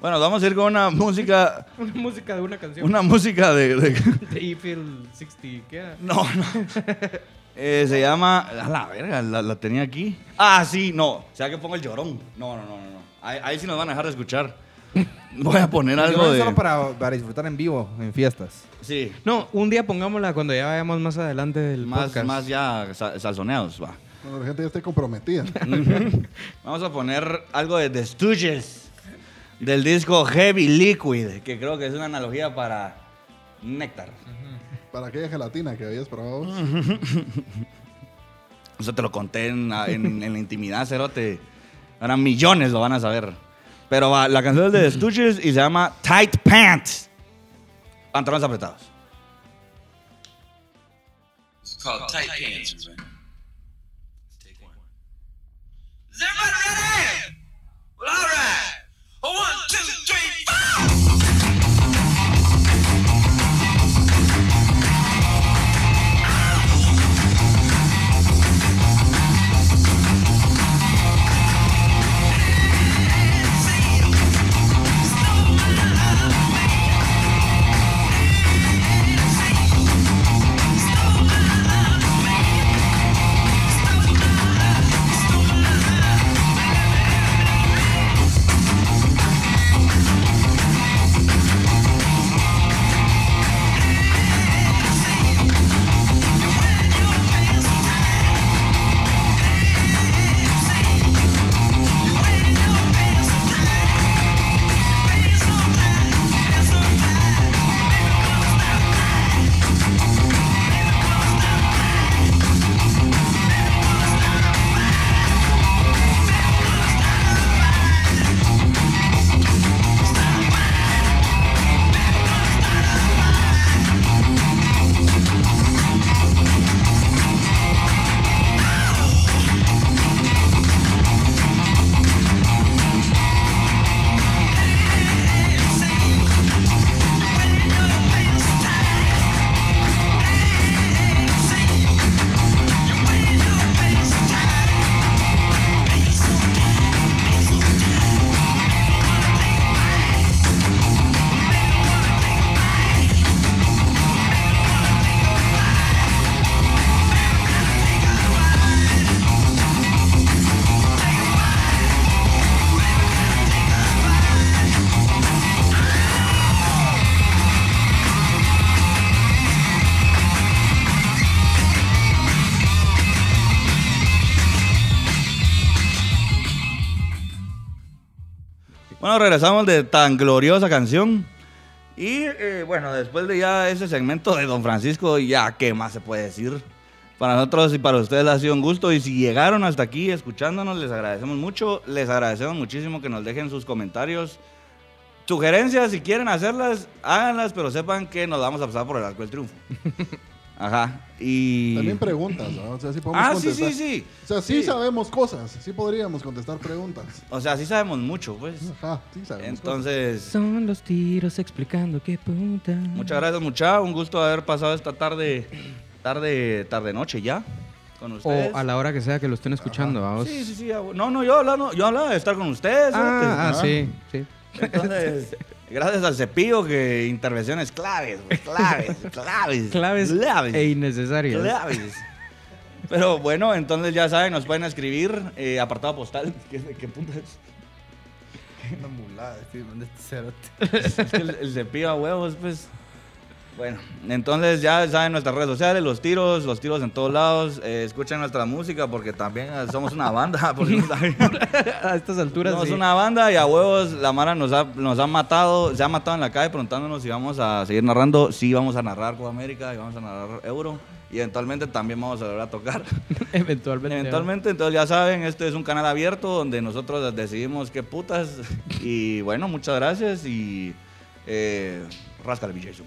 Bueno, vamos a ir con una música, Una música de una canción. una música de... de- De Eiffel 60. ¿Qué era? no, no. Eh, se llama... A la verga, la, la tenía aquí. Ah, sí, no. O sea que pongo el llorón. No, no, no, no. no. Ahí, ahí sí nos van a dejar de escuchar. Voy a poner algo de... Solo para, para disfrutar en vivo, en fiestas. Sí, No, un día pongámosla cuando ya vayamos más adelante del más, podcast. más ya sa- salsoneados, va. Cuando la gente ya esté comprometida. Ujú. Vamos a poner algo de The Stooges del disco Heavy Liquid, que creo que es una analogía para néctar. Para aquella gelatina que habías probado. Eso te lo conté en, la- en- en la intimidad, Cerote. Ahora millones lo van a saber. Pero va, la canción es de The Stooges y se llama Tight Pants. Pantalones apretados. It's called tight pants. Take one. Is everybody ready? Well, all right. One, two, three, four. Bueno, regresamos de tan gloriosa canción. Y eh, bueno, después de ya ese segmento de Don Francisco, ya qué más se puede decir. Para nosotros y para ustedes ha sido un gusto. Y si llegaron hasta aquí escuchándonos, les agradecemos mucho. Les agradecemos muchísimo que nos dejen sus comentarios. Sugerencias, si quieren hacerlas, háganlas, pero sepan que nos vamos a pasar por el arco del triunfo. Ajá. Y. También preguntas, ¿no? O sea, sí podemos Ah, sí, contestar. sí, sí. O sea, sí, Sí. sabemos cosas. Sí podríamos contestar preguntas. O sea, sí sabemos mucho, pues. Ajá, sí sabemos cosas. Entonces. Son los tiros explicando qué puta. Muchas gracias, mucha. Un gusto haber pasado esta tarde, tarde, tarde noche ya con ustedes. O a la hora que sea que lo estén escuchando, vamos. Sí, sí, sí. ah, No, no, yo hablaba, no, yo hablaba de estar con ustedes. Ah, ah, fíjate. sí, sí. Entonces, gracias al cepillo que intervenciones claves, güey, claves, claves, Claves, claves. e innecesarias. Claves. Pero bueno, entonces ya saben, nos pueden escribir eh, apartado postal. ¿Qué, qué punto es? Una mulada, este manda este cerote. Es que el, el cepillo a huevos, pues. Bueno, entonces ya saben nuestras redes sociales, los tiros, los tiros en todos lados. eh, escuchen nuestra música porque también eh, somos una banda. Porque no sabemos- a estas alturas. somos sí. una banda y a huevos la Mara nos ha, nos ha matado, se ha matado en la calle preguntándonos si vamos a seguir narrando. Sí, vamos a narrar Copa América y vamos a narrar Euro. Y eventualmente también vamos a volver a tocar. Eventualmente. Eventualmente, entonces ya saben, este es un canal abierto donde nosotros decidimos qué putas. Y bueno, muchas gracias y eh, rasca el billete.